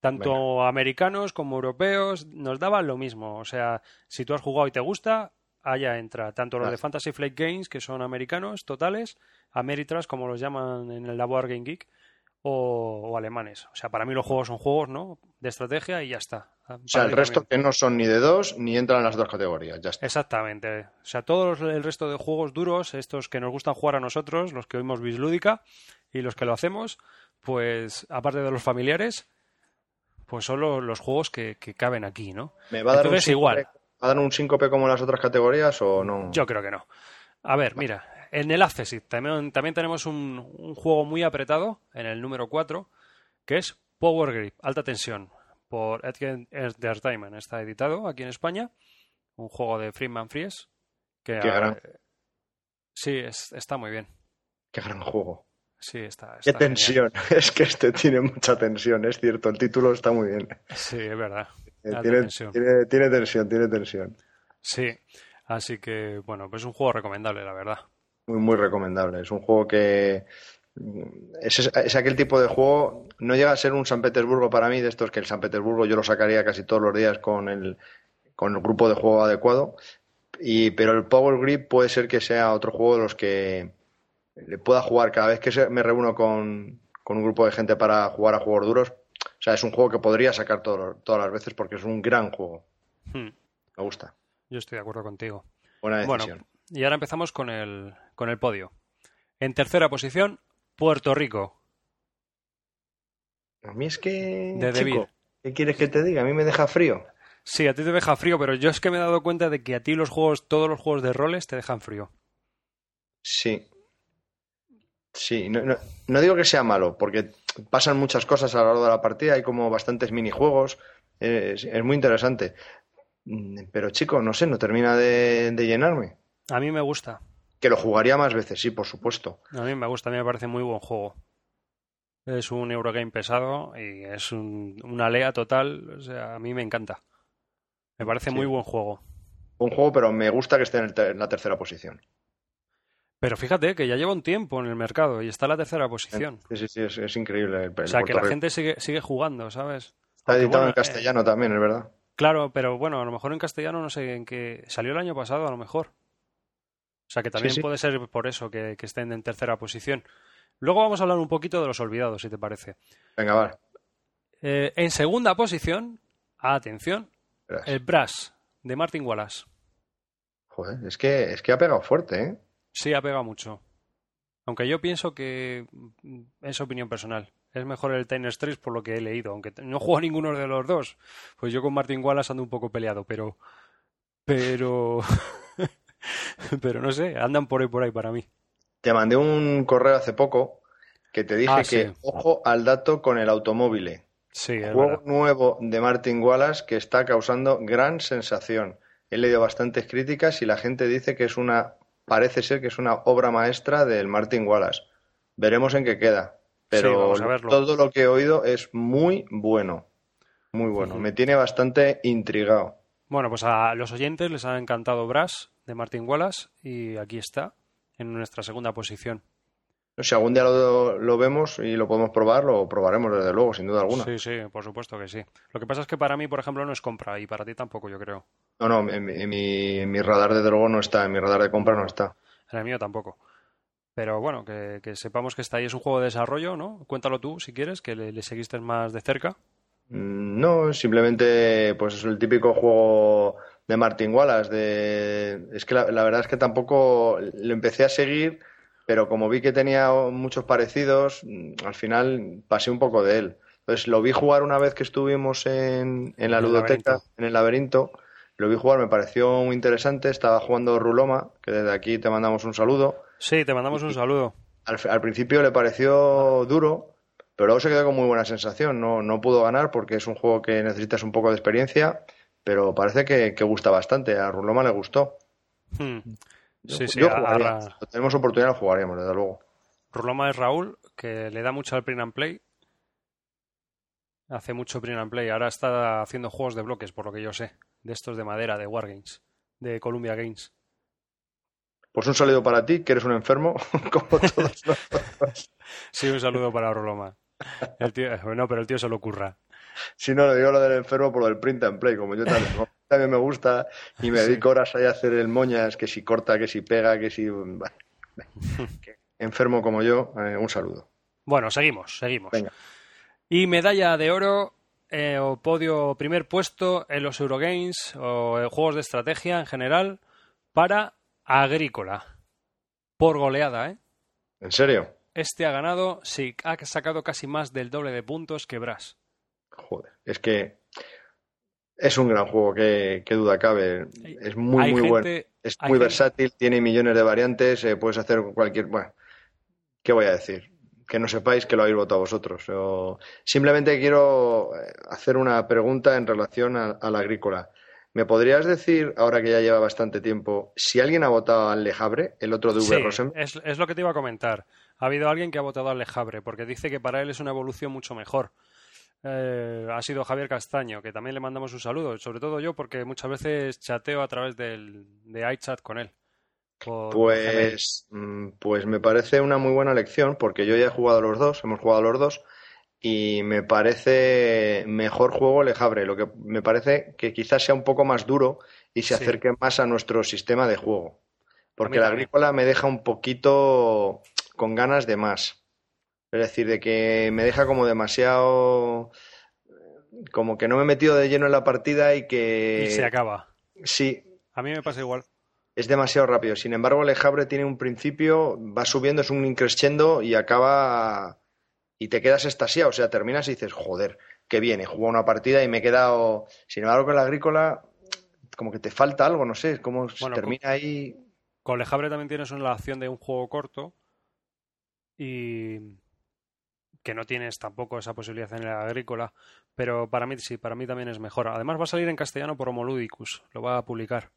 Tanto americanos como europeos nos daban lo mismo. O sea, si tú has jugado y te gusta, allá entra. Tanto los
Ah.
de Fantasy Flight Games, que son americanos totales, Ameritras, como los llaman en el labor Game Geek, o, o alemanes. O sea, para mí los juegos son juegos, ¿no? De estrategia y ya está.
O sea, el resto que no son ni de dos ni entran en las dos categorías. Ya está.
Exactamente. O sea, todos los- el resto de juegos duros, estos que nos gustan jugar a nosotros, los que oímos Bislúdica y los que lo hacemos, pues aparte de los familiares, pues son lo- los, juegos que, que caben aquí, ¿no?
¿Me va a dar un
Entonces,
síncope-
igual.
¿Va a dar un síncope como en las otras categorías o no?
Yo creo que no. A ver, mira, en el Accessit también, también tenemos un, un juego muy apretado, en el número 4, que es Power Grip, alta tensión, por Edgen Entertainment. Está editado aquí en España, un juego de Freeman Fries. Que,
Qué
ah,
gran-
Sí, es- está muy bien.
Qué gran juego.
Sí, está.
Qué
está genial.
tensión. Es que este tiene mucha tensión, es cierto. El título está muy bien.
Sí, es verdad.
Eh,
Alta
tiene,
tensión.
tiene- tiene tensión, tiene tensión.
Sí. Así que, bueno, pues es un juego recomendable, la verdad.
Muy, muy recomendable. Es un juego que. mm, Es, es aquel tipo de juego. No llega a ser un San Petersburgo para mí, de estos que el San Petersburgo yo lo sacaría casi todos los días con el, con el grupo de juego adecuado. Y, pero el Power Grip puede ser que sea otro juego de los que le pueda jugar cada vez que se- me reúno con, con un grupo de gente para jugar a juegos duros. O sea, es un juego que podría sacar todo- todas las veces porque es un gran juego.
Hmm,
Me gusta.
Yo estoy de acuerdo contigo.
Buena
Bueno,
decisión.
y ahora empezamos con el, con el podio. En tercera posición, Puerto Rico,
a mí es que.
de
chico,
David.
¿Qué quieres que te diga? A mí me deja frío.
Sí, a ti te deja frío, pero yo es que me he dado cuenta de que a ti los juegos, todos los juegos de roles te dejan frío.
Sí. Sí, no, no, no digo que sea malo, porque pasan muchas cosas a lo largo de la partida, hay como bastantes minijuegos, eh, es, es muy interesante. Mm, Pero chico, no sé, no termina de, de llenarme.
A mí me gusta.
Que lo jugaría más veces, sí, por supuesto.
A mí me gusta, a mí me parece muy buen juego. Es un Eurogame pesado y es un, una lea total, o sea, a mí me encanta. Me parece
Sí.
muy buen juego.
Un juego, pero me gusta que esté en, el ter- en la tercera posición.
Pero fíjate que ya lleva un tiempo en el mercado y está en la tercera posición.
Sí, sí, sí, es, es increíble. el- el
O sea, que la
Puerto Rico.
gente sigue, sigue jugando, ¿sabes?
Está
aunque
editado
bueno, eh,
en castellano también, es verdad.
Claro, pero bueno, a lo mejor en castellano no sé en qué. Salió el año pasado, a lo mejor. O sea, que también
sí.
puede ser por eso que, que estén en tercera posición. Luego vamos a hablar un poquito de los olvidados, si te parece.
Venga, va.
Eh, en segunda posición, atención,
verás.
el Brass de Martin Wallace.
Joder, es que, es que ha pegado fuerte, ¿eh?
Sí, ha pegado mucho. Aunque yo pienso que mm, es opinión personal. Es mejor el Tiny Stress por lo que he leído, aunque t- no juego a ninguno de los dos. Pues yo con Martin Wallace ando un poco peleado, pero. Pero. pero no sé, andan por ahí por ahí para mí.
Te mandé un correo hace poco que te dije
Ah,
que
sí.
ojo al dato con el automóvil.
Sí, es
Juego
verdad.
nuevo de Martin Wallace que está causando gran sensación. He leído bastantes críticas y la gente dice que es una, parece ser que es una obra maestra del Martin Wallace. Veremos en qué queda. Pero
Sí, vamos a verlo.
todo lo que he oído es muy bueno. Muy bueno.
Ujú.
Me tiene bastante intrigado.
Bueno, pues a los oyentes les ha encantado Brass de Martin Wallace y aquí está, en nuestra segunda posición.
Si algún día lo, lo vemos y lo podemos probar, lo probaremos desde luego, sin duda alguna.
Sí, sí, por supuesto que sí. Lo que pasa es que para mí, por ejemplo, no es compra y para ti tampoco, yo creo.
No, no, en, mi- en mi, en mi radar desde luego no está, en mi radar de compra no está.
En el mío tampoco. Pero bueno, que, que sepamos que está ahí. Es un juego de desarrollo, ¿no? Cuéntalo tú, si quieres, que le, le seguiste más de cerca.
Mm, No, simplemente pues es el típico juego de Martin Wallace. De... Es que la, la verdad es que tampoco lo empecé a seguir, pero como vi que tenía muchos parecidos, mm, al final pasé un poco de él. Entonces lo vi jugar una vez que estuvimos en, en la
En el
ludoteca,
laberinto.
en el laberinto. Lo vi jugar, me pareció muy interesante. Estaba jugando Ruloma, que desde aquí te mandamos un saludo.
Sí, te mandamos un saludo.
Al, al principio le pareció duro, pero luego se quedó con muy buena sensación. No, no pudo ganar porque es un juego que necesitas un poco de experiencia, pero parece que, que gusta bastante. A Ruloma le gustó.
Hmm.
Yo,
Sí, sí,
yo
a-
jugaría.
a-
Si tenemos oportunidad, lo jugaríamos, desde luego.
Ruloma es Raúl, que le da mucho al print and play. Hace mucho print and play. Ahora está haciendo juegos de bloques, por lo que yo sé. De estos de madera, de Wargames, de Columbia Games.
Pues un saludo para ti, que eres un enfermo, como todos. ¿no?
Sí, un saludo para Ruloma. El tío, no, pero el tío se lo curra.
Si no, le digo lo del enfermo por lo del print and play, como yo también. como también me gusta y me
Sí.
dedico horas ahí a hacer el moñas, que si corta, que si pega, que si... bueno, que enfermo como yo, eh, un saludo.
Bueno, seguimos, seguimos.
Venga.
Y medalla de oro eh, o podio primer puesto en los Eurogames o en juegos de estrategia en general para Agrícola. Por goleada, ¿eh?
¿En serio?
Este ha ganado, sí, ha sacado casi más del doble de puntos que Brass.
Joder, es que es un gran juego, qué, qué duda cabe. Es muy,
Hay
muy
gente,
bueno. Es
hay
muy
gente-
versátil, tiene millones de variantes, eh, puedes hacer cualquier... Bueno, ¿qué voy a decir? Que no sepáis que lo habéis votado vosotros. O- Simplemente quiero eh, hacer una pregunta en relación a, a la agrícola. ¿Me podrías decir, ahora que ya lleva bastante tiempo, si alguien ha votado al Lejabre, el otro de V.
Sí,
Rosen?
es, es lo que te iba a comentar. Ha habido alguien que ha votado al Lejabre porque dice que para él es una evolución mucho mejor. Eh, ha sido Javier Castaño, que también le mandamos un saludo, sobre todo yo porque muchas veces chateo a través del, de iChat con él. por- por Gmail.
Pues, mm, pues me parece una muy buena elección porque yo ya he jugado a los dos, hemos jugado a los dos y me parece mejor juego Lejabre, lo que me parece que quizás sea un poco más duro y se
Sí.
acerque más a nuestro sistema de juego, porque la
también.
agrícola me deja un poquito con ganas de más, es decir, de que me deja como demasiado, como que no me he metido de lleno en la partida y que
y se acaba.
sí,
A mí me pasa igual.
es demasiado rápido. Sin embargo, el Ejabre tiene un principio, va subiendo, es un increscendo y acaba y te quedas estasiado. O sea, terminas y dices, joder, que viene, jugó una partida y me he quedado. Sin embargo, con la agrícola, como que te falta algo, no sé, cómo se
Bueno,
termina ahí.
Con Lejabre también tienes una acción de un juego corto y que no tienes tampoco esa posibilidad en el agrícola, pero para mí sí, para mí también es mejor. Además va a salir en castellano por Homoludicus, lo va a publicar.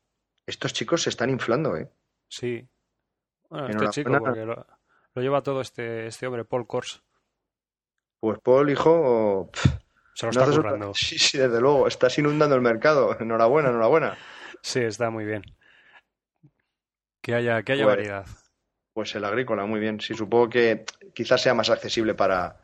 Estos chicos se están inflando, ¿eh?
Sí. Bueno, este
Enhorabuena.
chico, porque lo, lo lleva todo este, este hombre, Paul Kors.
Pues Paul, hijo, pf,
Se lo
no
está
haces otra-
currando.
Sí, sí, desde luego, estás inundando el mercado. Enhorabuena, enhorabuena.
Sí, está muy bien. Que haya, que haya
Joder.
variedad.
Pues el agrícola, muy bien. Sí, supongo que quizás sea más accesible para,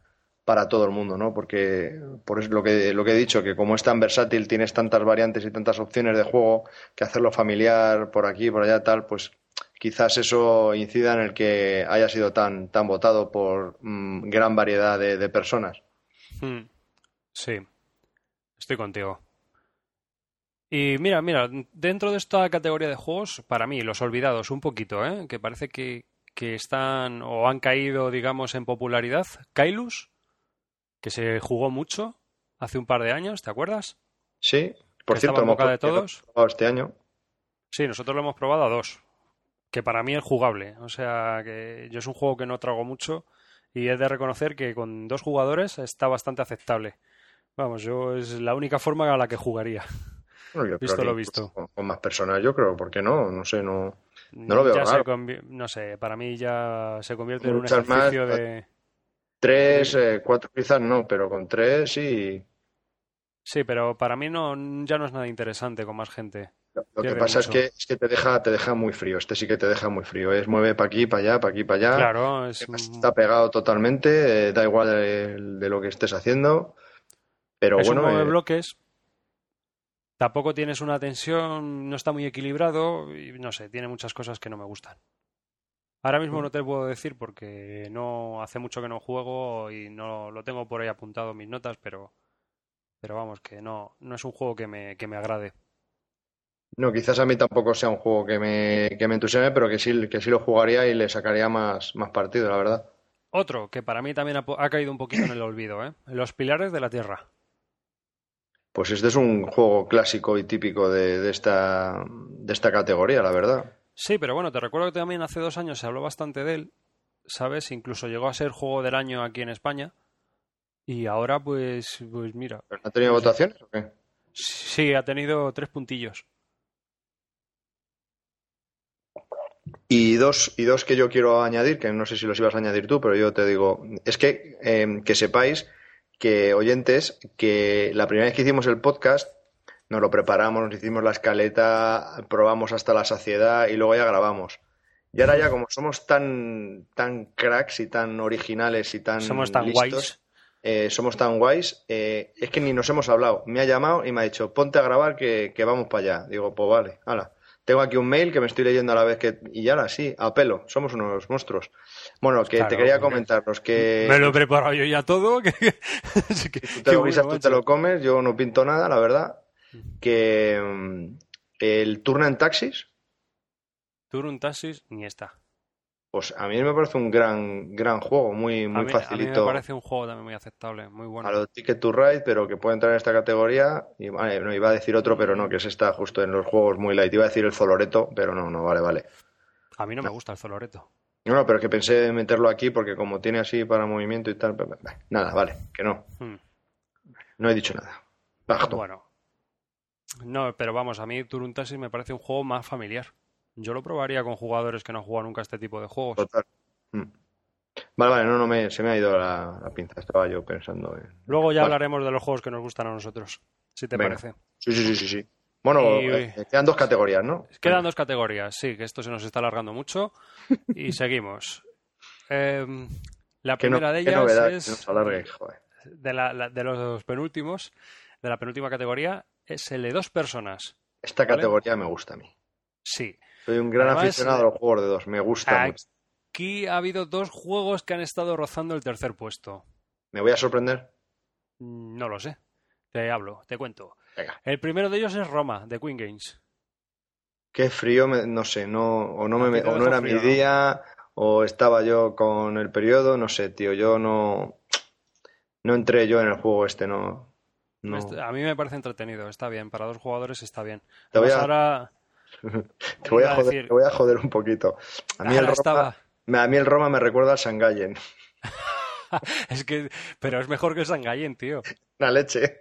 para todo el mundo, ¿no? Porque por eso lo que, lo que he dicho, que como es tan versátil, tienes tantas variantes y tantas opciones de juego, que hacerlo familiar por aquí, por allá, tal, pues quizás eso incida en el que haya sido tan, tan votado por mm, gran variedad de, de personas.
Mm,
Hmm.
Sí, estoy contigo. Y mira, mira, dentro de esta categoría de juegos, para mí, los olvidados un poquito, ¿eh? que parece que, que están o han caído, digamos, en popularidad, Kailus, que se jugó mucho hace un par de años, ¿te acuerdas?
Sí, por
Que estaba
cierto,
en
a lo
boca
mejor
de
que lo
todos.
he probado este año.
Sí, nosotros lo hemos probado a dos, que para mí es jugable. O sea, que yo es un juego que no trago mucho y he de reconocer que con dos jugadores está bastante aceptable. Vamos, yo es la única forma a la que jugaría.
Bueno, yo creo
Visto
que
lo
incluso
visto.
Con, con más personas, yo creo, ¿por qué no? No sé, no. No lo veo
Ya se
raro.
convi- no sé, para mí ya se convierte en un
Muchas más,
ejercicio
pues-
de...
Tres, eh, cuatro quizás no, pero con tres sí.
Sí, pero para mí no, ya no es nada interesante con más gente.
Lo que
Pierde
pasa es
mucho.
que, es que te deja, te deja muy frío. Este sí que te deja muy frío. Es mueve para aquí, para allá, para aquí, para allá.
Claro, es...
Además, Está pegado totalmente. eh, da igual de, de lo que estés haciendo. Pero
es un
bueno,
juego de
eh,
bloques. Tampoco tienes una tensión, no está muy equilibrado y no sé, tiene muchas cosas que no me gustan. Ahora
Mm.
mismo no te puedo decir porque no hace mucho que no juego y no lo tengo por ahí apuntado en mis notas, pero pero vamos que no no es un juego que me que me agrade.
no, quizás a mí tampoco sea un juego que me, que me entusiasme, pero que sí, que sí lo jugaría y le sacaría más, más partido, la verdad.
Otro que para mí también ha, po- ha caído un poquito en el olvido, ¿eh? Los pilares de la tierra.
Pues este es un juego clásico y típico de, de esta, de esta categoría, la verdad.
Sí, pero bueno, te recuerdo que también hace dos años se habló bastante de él, ¿sabes? Incluso llegó a ser juego del año aquí en España. Y ahora, pues, pues mira,
¿Pero no ha tenido
Sí.
votaciones o qué?
sí, ha tenido tres puntillos.
Y dos, y dos que yo quiero añadir, que no sé si los ibas a añadir tú, pero yo te digo, es que, eh, que sepáis que, oyentes, que la primera vez que hicimos el podcast, nos lo preparamos, nos hicimos la escaleta, probamos hasta la saciedad y luego ya grabamos. Y ahora ya como somos tan, tan cracks y tan originales y tan
Somos tan
listos,
guays.
eh, somos tan guays, eh, es que ni nos hemos hablado. Me ha llamado y me ha dicho, ponte a grabar que, que vamos para allá. Digo, pues vale, hala. Tengo aquí un mail que me estoy leyendo a la vez que... Y ya, sí, a pelo, somos unos monstruos. Bueno, que
Claro,
te quería
hombre.
comentar, los que...
Me lo he preparado yo ya todo. Que, así que-
Tú
qué
te lo
bueno,
guisas, tú te
macho.
lo comes, yo no pinto nada, la verdad. Que mm, el turno en taxis,
Tour un taxis, ni está.
pues a mí me parece un gran, gran juego, muy,
a,
muy
mí, a mí
facilito.
me parece un juego también muy aceptable, muy bueno.
a lo Ticket to Ride, pero que puede entrar en esta categoría. Y, vale, no, iba a decir otro, pero no, que es esta justo en los juegos muy light. Iba a decir el Zoloreto, pero no, no, vale, vale.
A mí no me gusta el Zoloreto.
No, no, pero que pensé en meterlo aquí porque como tiene así para movimiento y tal, pero- bah, nada, vale, que no,
Hmm.
no he dicho nada. Bajo.
Bueno. No, pero vamos, a mí Turun Taxis me parece un juego más familiar. Yo lo probaría con jugadores que no han jugado nunca este tipo de juegos.
Total. Mm. Vale, vale, no, no me, se me ha ido la, la pinza, estaba yo pensando en...
Luego ya
Vale.
hablaremos de los juegos que nos gustan a nosotros, si te
Venga.
parece.
Sí, sí, sí, sí, sí. Bueno,
Y-
eh, quedan dos categorías, ¿no?
Quedan dos categorías, sí, que esto se nos está alargando mucho. Y seguimos. Em, la
Qué no-
primera de
qué
ellas
novedad que
es
nos alargue, joder.
de, la- la- de los penúltimos, de la penúltima categoría, es el de dos personas.
Esta
Vale.
categoría me gusta a mí.
Sí.
Soy un gran
Además, Ah,
aficionado a los juegos de dos, me gusta mucho.
Aquí ha habido dos juegos que han estado rozando el tercer puesto. Mm,
¿Me voy a sorprender?
No lo sé. Te hablo, te cuento.
Venga.
El primero de ellos es Roma, de Queen Games.
Qué frío, me- no sé, no, o no,
A
me,
ti te
o no
deja
era
frío,
mi
¿no?
día, o estaba yo con el periodo, no sé, tío, yo no, no entré yo en el juego este, no.
No. A mí me parece entretenido, está bien. Para dos jugadores está bien.
Te voy a,
Pues ahora...
te voy a
iba a
joder,
decir-
te voy a joder un poquito. A mí, el
Ahora
Roma,
estaba.
me- a mí el Roma me recuerda al Sangallen.
es que, pero es mejor que el Sangallen, tío.
Una leche.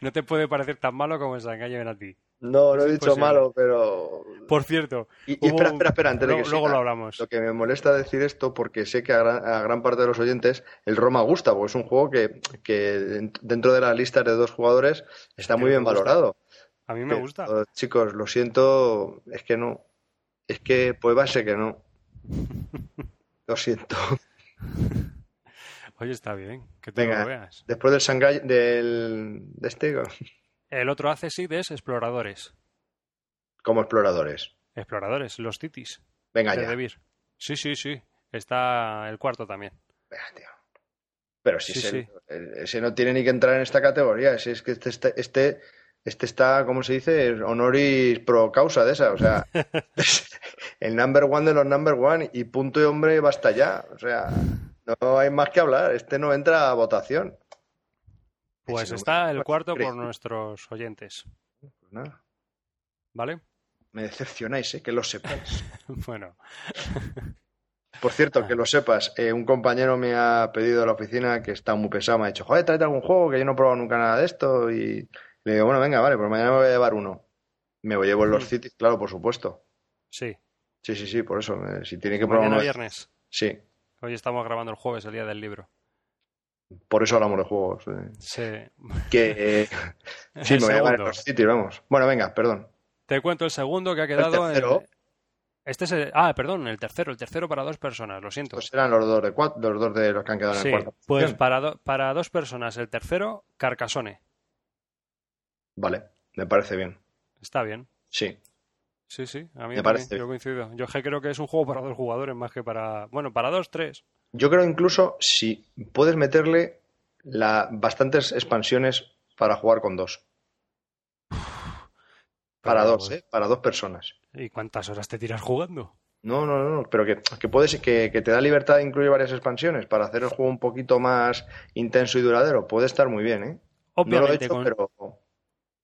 No te puede parecer tan malo como el Sangallen a ti.
No, no he
Es
dicho
imposible.
malo, pero.
Por cierto.
Y, y
pues hubo
espera,
un-
espera, espera, antes de
luego-
que
luego
siga.
lo hablamos.
Lo que me molesta decir esto, porque sé que a gran, a gran parte de los oyentes el Roma gusta, porque es un juego que, que dentro de las listas de dos jugadores está muy
me
bien
gusta.
valorado.
A mí me
Pero,
gusta.
Chicos, lo siento, es que no. Es que pues va a ser que no. Lo siento.
Oye, está bien. Que tú
Venga.
lo veas.
Después del Shanghai, del de este,
El otro hace sí es exploradores.
como exploradores.
Exploradores, los titis.
Venga
de
Ah, ya.
Debir. Sí, sí, sí. Está el cuarto también.
Venga, tío. Pero si
Sí,
ese,
sí.
el- ese no tiene ni que entrar en esta categoría. Si es que este, este, este, este está, ¿cómo se dice? Honoris pro causa de esa. O sea, el number one de los number one y punto y hombre, basta ya. O sea, no hay más que hablar. Este no entra a votación.
Pues
no-
está el
pues,
cuarto
crees-
por nuestros oyentes.
Pues nada,
¿Vale?
me decepcionáis, ¿eh? que lo sepáis.
Bueno.
Por
Ah.
cierto, que lo sepas, eh, un compañero me ha pedido a la oficina que está muy pesado. Me ha dicho, joder, tráete algún juego que yo no he probado nunca nada de esto. Y le digo, bueno, venga, vale, pues mañana me voy a llevar uno. Me voy a llevar los
Ujú.
Cities, claro, por supuesto.
Sí.
Sí, sí, sí, por eso. eh, si tiene que probar
Mañana
uno.
viernes.
Sí,
Hoy estamos grabando el jueves, el día del libro.
por eso hablamos de juegos. eh.
Sí.
Que. eh, sí,
El
me voy a llevar
segundo.
los Cities, vamos. Bueno, venga, perdón.
Te cuento el segundo que ha quedado. en-
tercero.
Este es el... Ah, perdón, el tercero. El tercero para dos personas, lo siento.
Estos eran pues los dos de cuatro, los dos de los que han quedado en
Sí,
el cuarto.
pues para, do- para dos personas, el tercero, Carcasone.
Vale, me parece bien.
Está bien.
Sí.
Sí, sí, a mí también,
Me parece.
yo coincido. Yo je- creo que es un juego para dos jugadores más que para... Bueno, para dos, tres.
Yo creo incluso si puedes meterle la, bastantes expansiones para jugar con dos. Para
Pero,
dos, ¿eh? Para dos personas.
¿Y cuántas horas te tiras jugando?
No, no, no, no, pero que, que puedes, que, que te da libertad de incluir varias expansiones para hacer el juego un poquito más intenso y duradero. Puede estar muy bien, ¿eh? No lo he
Obviamente,
hecho,
con,
pero.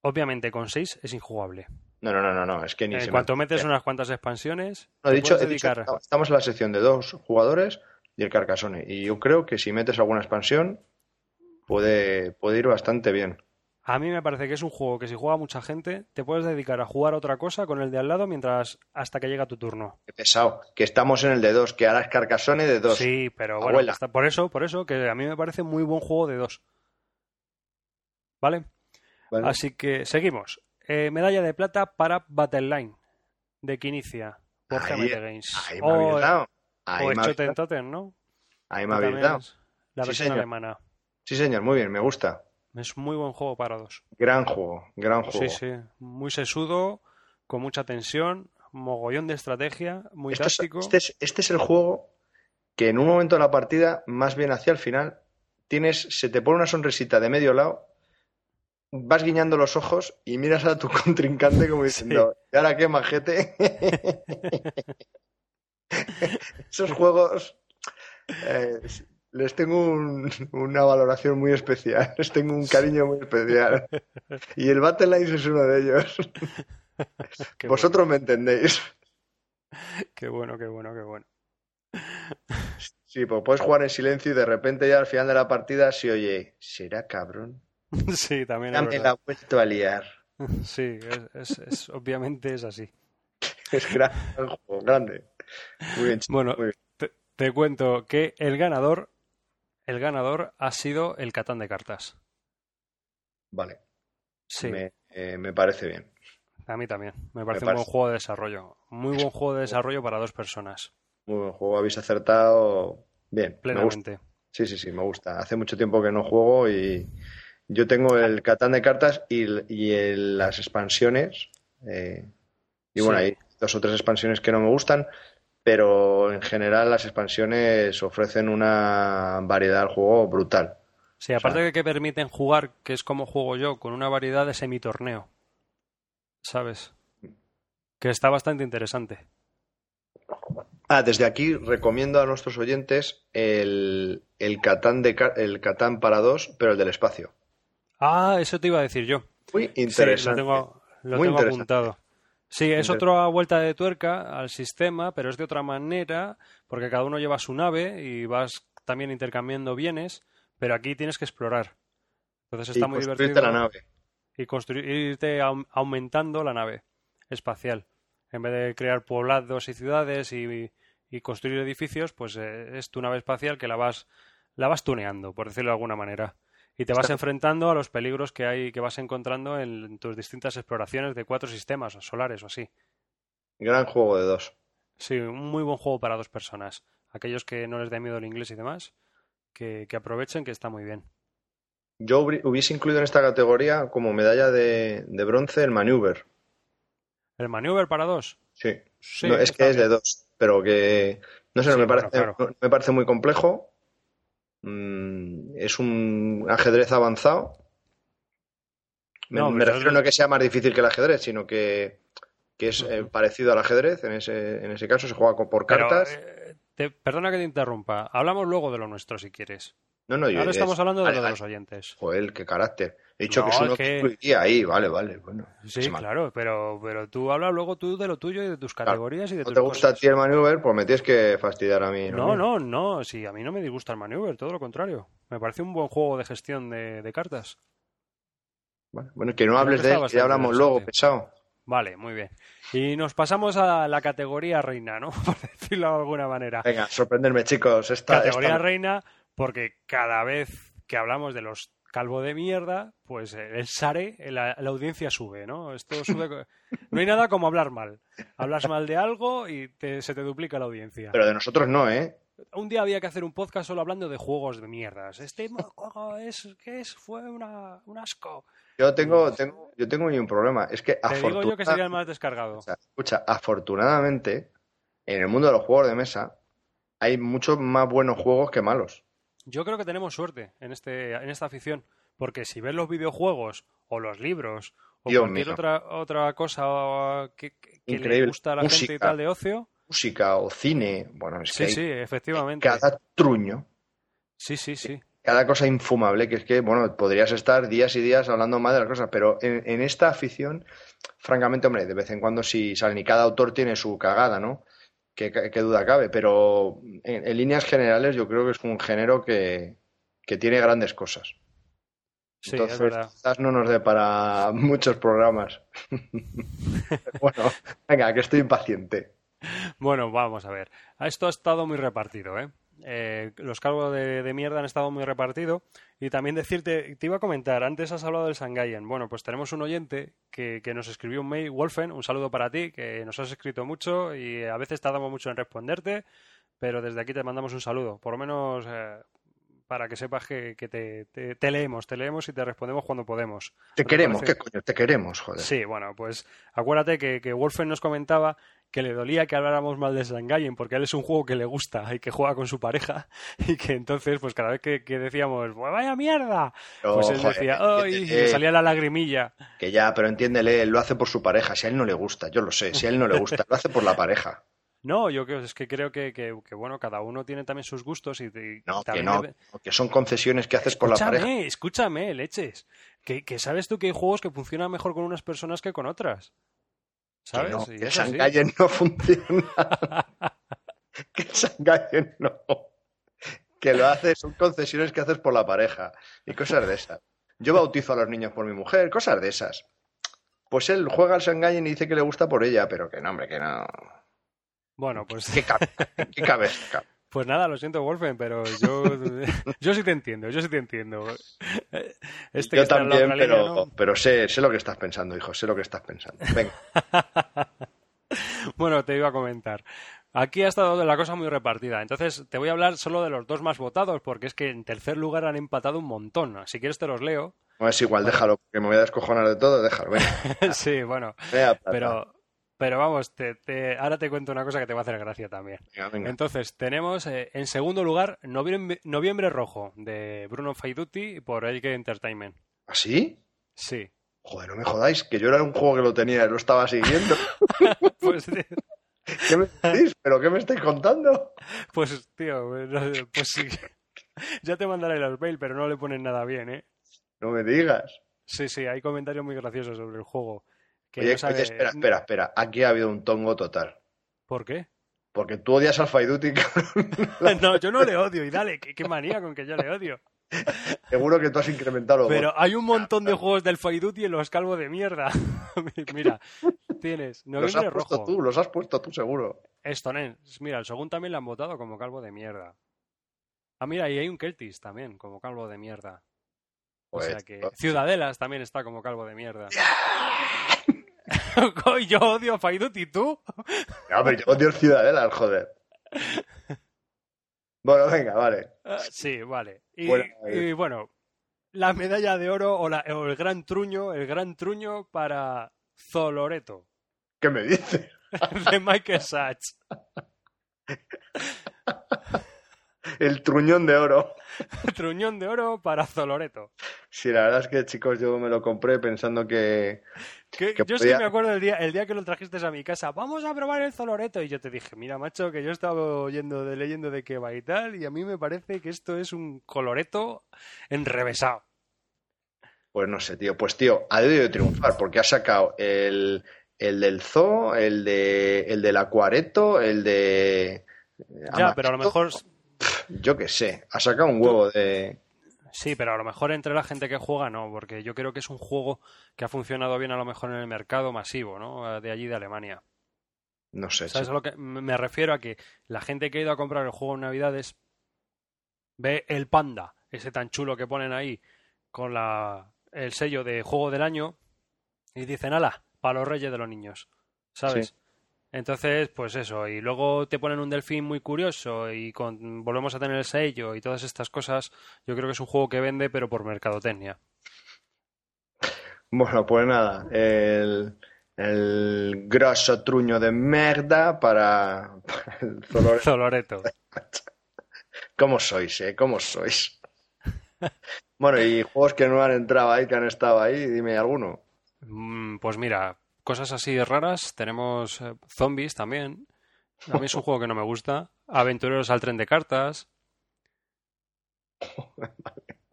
obviamente con seis es injugable.
No, no, no, no, no, es que ni
en
se me-
cuanto metes unas cuantas expansiones,
No, he
Eh, te
dicho,
puedes
he dicho-
dedicar...
estamos en la sección de dos jugadores y el Carcasone. Y yo creo que si metes alguna expansión, puede, puede ir bastante bien.
A mí me parece que es un juego que si juega mucha gente, te puedes dedicar a jugar a otra cosa con el de al lado mientras hasta que llega tu turno.
Qué pesado. Que estamos en el de dos, que ahora es Carcasone de dos.
Sí, pero bueno,
Abuela.
está- por eso, por eso, que a mí me parece muy buen juego de dos. ¿Vale?
¿vale?
Así que seguimos. Eh, medalla de plata para Battle Line de Kinicia por
Ahí-
GMT Games. Oh,
Ahí me
o
habéis dado. Ahí
o
me habéis
Schotten
dado.
Totten, ¿no?
Ahí
Que
me habéis
también
dado.
es La
Sí,
versión
señor.
alemana.
Sí, señor, muy bien, me gusta.
Es muy buen juego para dos.
Gran juego, gran juego.
Sí, sí. Muy sesudo, con mucha tensión, mogollón de estrategia, muy
Esto es-
táctico.
este, es, este es el juego que en un momento de la partida, más bien hacia el final, tienes, se te pone una sonrisita de medio lado, vas guiñando los ojos y miras a tu contrincante como diciendo, ¿y ahora qué majete? Esos juegos eh, les tengo un- una valoración muy especial, les tengo un cariño muy especial. Y el Battle Lines es uno de ellos.
Qué bueno,
Vosotros me entendéis.
qué bueno, qué bueno, qué bueno.
Sí, pues puedes jugar en silencio y de repente ya al final de la partida se oye, ¿será cabrón?
sí, también
Ya
es
me
verdad.
la ha vuelto a liar.
Sí, es- es- es- obviamente es así.
Es gran gran juego, grande. Muy bien, chico,
Bueno,
muy bien.
te, te cuento que el ganador, el ganador ha sido el Catán de cartas.
Vale,
Sí,
me, eh, me parece bien.
a mí también. Me parece un
parece-
buen juego de desarrollo. Muy buen juego de desarrollo para dos personas,
Muy buen juego, habéis acertado bien. Me gusta.
plenamente.
Sí, sí, sí, me gusta. Hace mucho tiempo que no juego y yo tengo el Catán de cartas y, el- y el- las expansiones. eh, y bueno,
Sí.
hay dos o tres expansiones que no me gustan, pero en general las expansiones ofrecen una variedad al juego brutal.
Sí, aparte de que permiten jugar, que es como juego yo, con una variedad de semitorneo. ¿Sabes? Que está bastante interesante.
Ah, desde aquí recomiendo a nuestros oyentes el, el, Catán, de, el Catán para dos, pero el del espacio.
Ah, eso te iba a decir yo.
Muy interesante.
Sí, lo tengo, lo
Muy
tengo
interesante.
apuntado. Sí, es
Interesante.
otra vuelta de tuerca al sistema, pero es de otra manera, porque cada uno lleva su nave y vas también intercambiando bienes, pero aquí tienes que explorar. Entonces está
y
muy
construirte
divertido.
pues la nave.
Y construir, irte aum- aumentando la nave espacial. En vez de crear poblados y ciudades y, y construir edificios, pues eh, es tu nave espacial que la vas, la vas tuneando, por decirlo de alguna manera. Y te vas
Está-
enfrentando a los peligros que hay, que vas encontrando en tus distintas exploraciones de cuatro sistemas solares o así.
Gran juego de dos.
Sí, un muy buen juego para dos personas. Aquellos que no les dé miedo el inglés y demás, que, que aprovechen que está muy bien.
Yo hubri- hubiese incluido en esta categoría como medalla de, de bronce el maneuver.
¿El maneuver para dos?
Sí.
Sí,
No, es
está
que es
bien.
de dos, pero que no sé, no
Sí,
me
bueno,
parece,
claro.
no- me parece muy complejo. Mm, es un ajedrez avanzado. Me,
No,
me
pero
refiero
es-
no a que sea más difícil que el ajedrez, sino que, que es eh,
Ujú.
parecido al ajedrez. En ese, en ese caso se juega con- por
Pero,
cartas.
eh, te- perdona que te interrumpa. Hablamos luego de lo nuestro si quieres.
no, no, yo-
Ahora
es-
estamos hablando de
vale,
lo de
vale.
los oyentes.
Joel, qué carácter. He dicho
No,
que es uno
es que-
que incluiría ahí, vale, vale. Bueno,
Sí,
se me-
claro, pero, pero tú habla luego tú de lo tuyo y de tus categorías y de
no
tus
te gusta a
cosas.
ti el maneuver, pues me tienes que fastidiar a mí.
No,
mío.
no, no. Sí, a mí no me disgusta el maneuver, todo lo contrario. Me parece un buen juego de gestión de, de cartas.
Vale, Bueno, que no
Creo
hables
que
de
está
él, que
bastante
ya hablamos luego,
interesante.
pesado.
Vale, muy bien. Y nos pasamos a la categoría reina, ¿no? Por decirlo de alguna manera.
Venga, sorprenderme, chicos. Esta,
categoría
esta-
reina porque cada vez que hablamos de los calvo de mierda, pues eh, el sare, eh, la, la audiencia sube, ¿no? Esto sube. co- no hay nada como hablar mal. Hablas mal de algo y te- se te duplica la audiencia.
Pero de nosotros no, ¿eh?
Un día había que hacer un podcast solo hablando de juegos de mierdas. Este mo- juego es que es fue una, un asco.
Yo tengo, tengo, yo tengo un problema. Es que
Te digo yo que sería el
afortunadamente,
más descargado.
escucha, afortunadamente, en el mundo de los juegos de mesa hay muchos más buenos juegos que malos.
Yo creo que tenemos suerte en, este, en esta afición, porque si ves los videojuegos o los libros o
Dios
cualquier
mío.
otra, otra cosa que, que- que le
Increíble.
gusta a la gente y
Música.
tal de ocio,
Música o cine, bueno, es
sí,
que hay
sí, efectivamente.
cada truño,
Sí, sí, sí.
cada cosa infumable, que es que, bueno, podrías estar días y días hablando mal de las cosas, pero en, en esta afición, francamente, hombre, de vez en cuando sí salen y cada autor tiene su cagada, ¿no? Qué, qué duda cabe, pero en, en líneas generales yo creo que es un género que, que tiene grandes cosas.
Sí,
Entonces,
es verdad.
quizás no nos dé para muchos programas. bueno, venga, que estoy impaciente.
Bueno, vamos a ver. Esto ha estado muy repartido, ¿eh? Eh, los cargos de, de mierda han estado muy repartido y también decirte, te iba a comentar, antes has hablado del Sangayen, bueno pues tenemos un oyente que, que nos escribió un mail, Wolfen, un saludo para ti, que nos has escrito mucho y a veces tardamos mucho en responderte, pero desde aquí te mandamos un saludo, por lo menos eh, para que sepas que, que te, te- te leemos, te leemos y te respondemos cuando podemos.
Te
¿No
queremos,
parece?
¿qué coño? Te queremos, joder.
pues Sí, bueno, pues acuérdate que, que Wolfen nos comentaba que le dolía que habláramos mal de Sangayen porque él es un juego que le gusta y que juega con su pareja y que entonces pues cada vez que, que decíamos "Pues vaya mierda
Pero,
pues él
joder,
decía
que-
¡ay! y le
eh,
salía la lagrimilla
Que ya, pero entiéndele, él lo hace por su pareja, si a él no le gusta, yo lo sé, si a él no le gusta, lo hace por la pareja.
no yo creo es que creo que, que- que, bueno cada uno tiene también sus gustos y, y
No, que
también
no,
debe-
que son concesiones que haces por la
escúchame
pareja.
escúchame leches que, que sabes tú que hay juegos que funcionan mejor con unas personas que con otras
Que
sabes
no,
Y
que
es así.
Sangallen no funciona. que Sangallen no. Que lo haces, son concesiones que haces por la pareja y cosas de esas. Yo bautizo a los niños por mi mujer, cosas de esas. Pues él juega al Sangallen y dice que le gusta por ella, pero que no, hombre, que no.
bueno pues
Qué, cabeza, qué cabeza.
Pues nada, lo siento, Wolfen, pero yo, yo sí te entiendo, yo sí te entiendo. Este que
Yo
está en la
también,
otra
pero,
línea, ¿no?
pero sé, sé lo que estás pensando, hijo, sé lo que estás pensando. Venga.
Bueno, te iba a comentar. Aquí ha estado la cosa muy repartida. Entonces, te voy a hablar solo de los dos más votados, porque es que en tercer lugar han empatado un montón. Si quieres, te los leo.
No es igual, déjalo, que me voy a descojonar de todo, déjalo. Venga,
sí, bueno.
venga, plata,
Pero, pero vamos, te, te- ahora te cuento una cosa que te va a hacer gracia también.
venga, venga.
Entonces, tenemos eh, en segundo lugar Noviembre, Noviembre Rojo, de Bruno Faiduti por Elke Entertainment.
¿Así?
Sí.
Joder, no me jodáis, que yo era un juego que lo tenía, lo estaba siguiendo.
Pues,
¿Qué me decís? ¿Pero qué me estáis contando?
Pues, tío, no sé, pues sí. Ya te mandaré los mail, pero no le ponen nada bien, ¿eh?
No me digas.
Sí, sí, hay comentarios muy graciosos sobre el juego. Que
Oye,
no sabe-
oye, espera, espera, espera. Aquí ha habido un tongo total.
¿Por qué?
Porque tú odias al Fight Duty, cabrón.
No, yo no le odio, y dale, qué, qué manía con que yo le odio.
Seguro que tú has incrementado. los
Pero
votos.
hay un montón de juegos del Fight Duty en los calvo de mierda. Mira, tienes
los has
Noviembre
puesto
Rojo,
tú, los has puesto tú seguro.
Estonen. Mira, el segundo también le han votado como calvo de mierda. Ah, mira, y hay un Keltis también como calvo de mierda. O
Pues,
sea que
no.
Ciudadelas también está como calvo de mierda. Coy, Yo odio a Fight Duty, ¿tú?
No, pero yo odio el Ciudadela, joder. Bueno, venga, vale.
Ah, Sí, vale. Y y
Bueno,
bueno,
eh.
la medalla de oro o, la- o el gran truño, el gran truño para Zoloreto,
¿Qué me dices?
de Michael Sachs.
El truñón de oro.
Truñón de oro para Zoloreto.
Sí, la verdad es que, chicos, yo me lo compré pensando que.
Que-
Que
yo es
podía-
que me acuerdo el día, el día que lo trajiste a mi casa, vamos a probar el Zoloreto. Y yo te dije, mira, macho, que yo estaba oyendo de leyendo de que va y tal, y a mí me parece que esto es un coloreto enrevesado.
Pues no sé, tío. Pues, tío, ha debido de triunfar porque ha sacado el, el del zoo, el de, el del acuareto, el de. eh,
Ya, pero a lo mejor
Yo qué sé, ha sacado un huevo de.
Sí, pero a lo mejor entre la gente que juega no, porque yo creo que es un juego que ha funcionado bien a lo mejor en el mercado masivo, ¿no? De allí de Alemania.
No sé.
¿Sabes a lo que me me refiero a que la gente que ha ido a comprar el juego en Navidades ve el panda, ese tan chulo que ponen ahí con la el sello de juego del año y dicen, "Ala, para los reyes de los niños." ¿Sabes?
Sí.
Entonces, pues eso, y luego te ponen un delfín muy curioso y con, volvemos a tener el sello y todas estas cosas. Yo creo que es un juego que vende, pero por mercadotecnia.
Bueno, pues nada, el, el grosso truño de merda para, para el Zolore.
Zoloreto.
¿Cómo sois, eh? ¿Cómo sois? Bueno, y juegos que no han entrado ahí, que han estado ahí, dime alguno.
Mm, Pues mira, cosas así raras. Tenemos eh, zombies también. A mí es un juego que no me gusta. Aventureros al tren de cartas.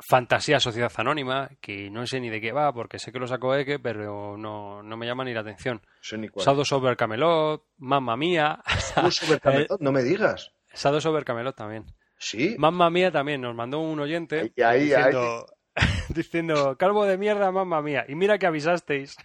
Fantasía Sociedad Anónima, que no sé ni de qué va, porque sé que lo sacó Eke, pero no, no me llama ni la atención.
No sé ni cuál.
Shadows over Camelot, Mamma Mía.
Uh, Super Camelot, no me digas.
Shadows over Camelot también.
Sí,
Mamma Mía también, nos mandó un oyente
Ahí, ahí,
diciendo, diciendo, calvo de mierda, Mamma Mía. Y mira que avisasteis.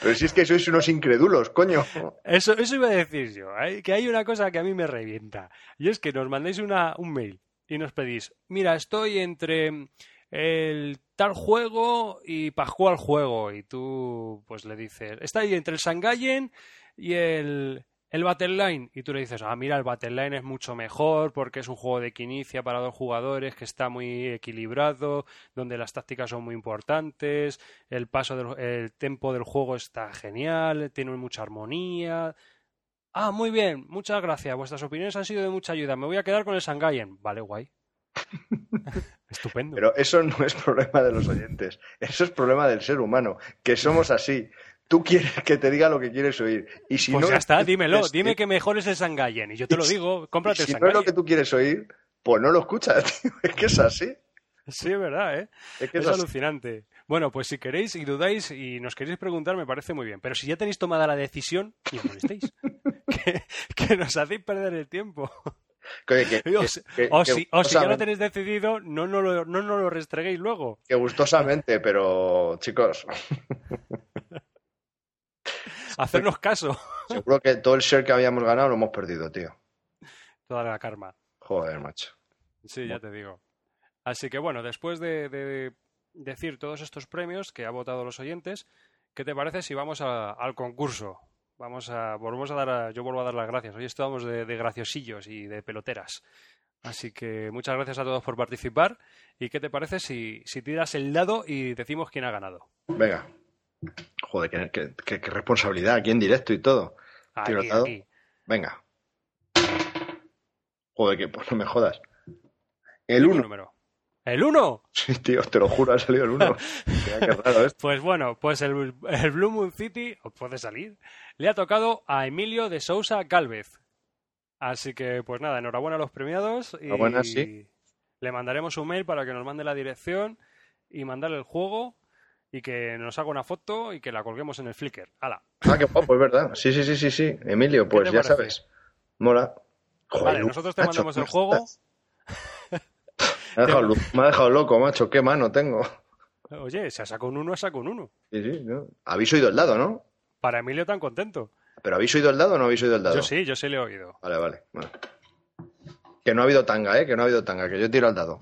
pero si es que sois unos incrédulos, coño.
Eso, eso iba a decir yo, ¿eh? que hay una cosa que a mí me revienta, y es que nos mandéis una, un mail y nos pedís, mira, estoy entre el tal juego y Pascual juego, y tú pues le dices, está ahí entre el Sangallen y el, el Battle Line, y tú le dices, ah, mira, el Battle Line es mucho mejor porque es un juego de quinicia para dos jugadores que está muy equilibrado, donde las tácticas son muy importantes, el paso del el tempo del juego está genial, tiene mucha armonía. Ah, muy bien, muchas gracias. Vuestras opiniones han sido de mucha ayuda. Me voy a quedar con el Sangayen. Vale, guay. Estupendo.
Pero eso no es problema de los oyentes, eso es problema del ser humano, que somos así. Tú quieres que te diga lo que quieres oír. Y si
pues
no
ya
es-
está, dímelo.
es-
Dime que mejor es el Sangayen. Y yo te lo
Y si-
digo,
Y
cómprate el
si no es lo
Sangayen.
que tú quieres oír, pues no lo escuchas, tío. Es que es así.
Sí, es verdad, ¿eh?
Es que
Es
es así.
alucinante. Bueno, pues si queréis y dudáis y nos queréis preguntar, me parece muy bien. Pero si ya tenéis tomada la decisión, no os molestéis. que, que nos hacéis perder el tiempo.
Oye, que- que-
O si,
que-
o
que
si- o si ya lo
gustosamente-
tenéis decidido, no nos lo, no nos lo restreguéis luego.
que gustosamente, pero chicos,
Hacernos caso.
seguro que todo el share que habíamos ganado lo hemos perdido, tío.
Toda la karma.
Joder, macho.
Sí, ya te digo. Así que bueno, después de, de decir todos estos premios que ha votado los oyentes, ¿qué te parece si vamos a- al concurso? Vamos a, volvemos a dar, a- yo vuelvo a dar las gracias. Hoy estamos de, de graciosillos y de peloteras. Así que muchas gracias a todos por participar. ¿Y qué te parece si, si tiras el dado y decimos quién ha ganado?
Venga. Joder, qué, qué- qué- qué responsabilidad aquí en directo y todo.
Aquí,
¿Tiro el dado?
aquí.
Venga. Joder, que pues no me jodas. El
Dime un
1.
número. ¡El 1!
Sí, tío, te lo juro, ha salido el 1. Qué raro esto.
Pues bueno, pues el, el Blue Moon City, o puede salir, le ha tocado a Emilio de Sousa Galvez. Así que, pues nada, enhorabuena a los premiados y
Enhorabuena, sí.
le mandaremos un mail para que nos mande la dirección y mandarle el juego y que nos haga una foto y que la colguemos en el Flickr. ¡Hala!
Ah, qué guapo, es verdad. Sí, sí, sí, sí, sí. Emilio, pues
te
ya
parece?
sabes. Mola.
Vale, nosotros te mandamos el juego.
Me ha, dejado, lu- me ha dejado loco, macho. Qué mano tengo.
Oye, se ha sacado un 1, ha sacado un 1.
Sí, sí, ¿no? Habéis oído el dado, ¿no?
Para Emilio tan contento.
¿Pero habéis oído el dado o no habéis oído el dado?
Yo sí, yo sí le he oído.
Vale, vale. bueno. Que no ha habido tanga, ¿eh? Que no ha habido tanga, que yo tiro al dado.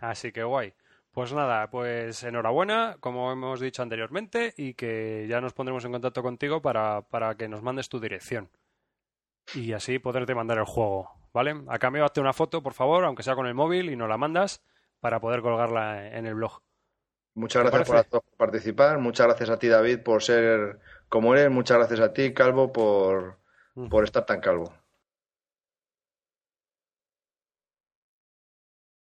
Así que guay. Pues nada, pues enhorabuena, como hemos dicho anteriormente, y que ya nos pondremos en contacto contigo para, para que nos mandes tu dirección. Y así poderte mandar el juego, ¿vale? A cambio, hazte una foto, por favor, aunque sea con el móvil, y nos la mandas para poder colgarla en el blog.
Muchas
¿Te
gracias por,
parece?
a todos por participar, muchas gracias a ti,
Mm.
David, por ser como eres, muchas gracias a ti, Calvo, por, por estar tan calvo.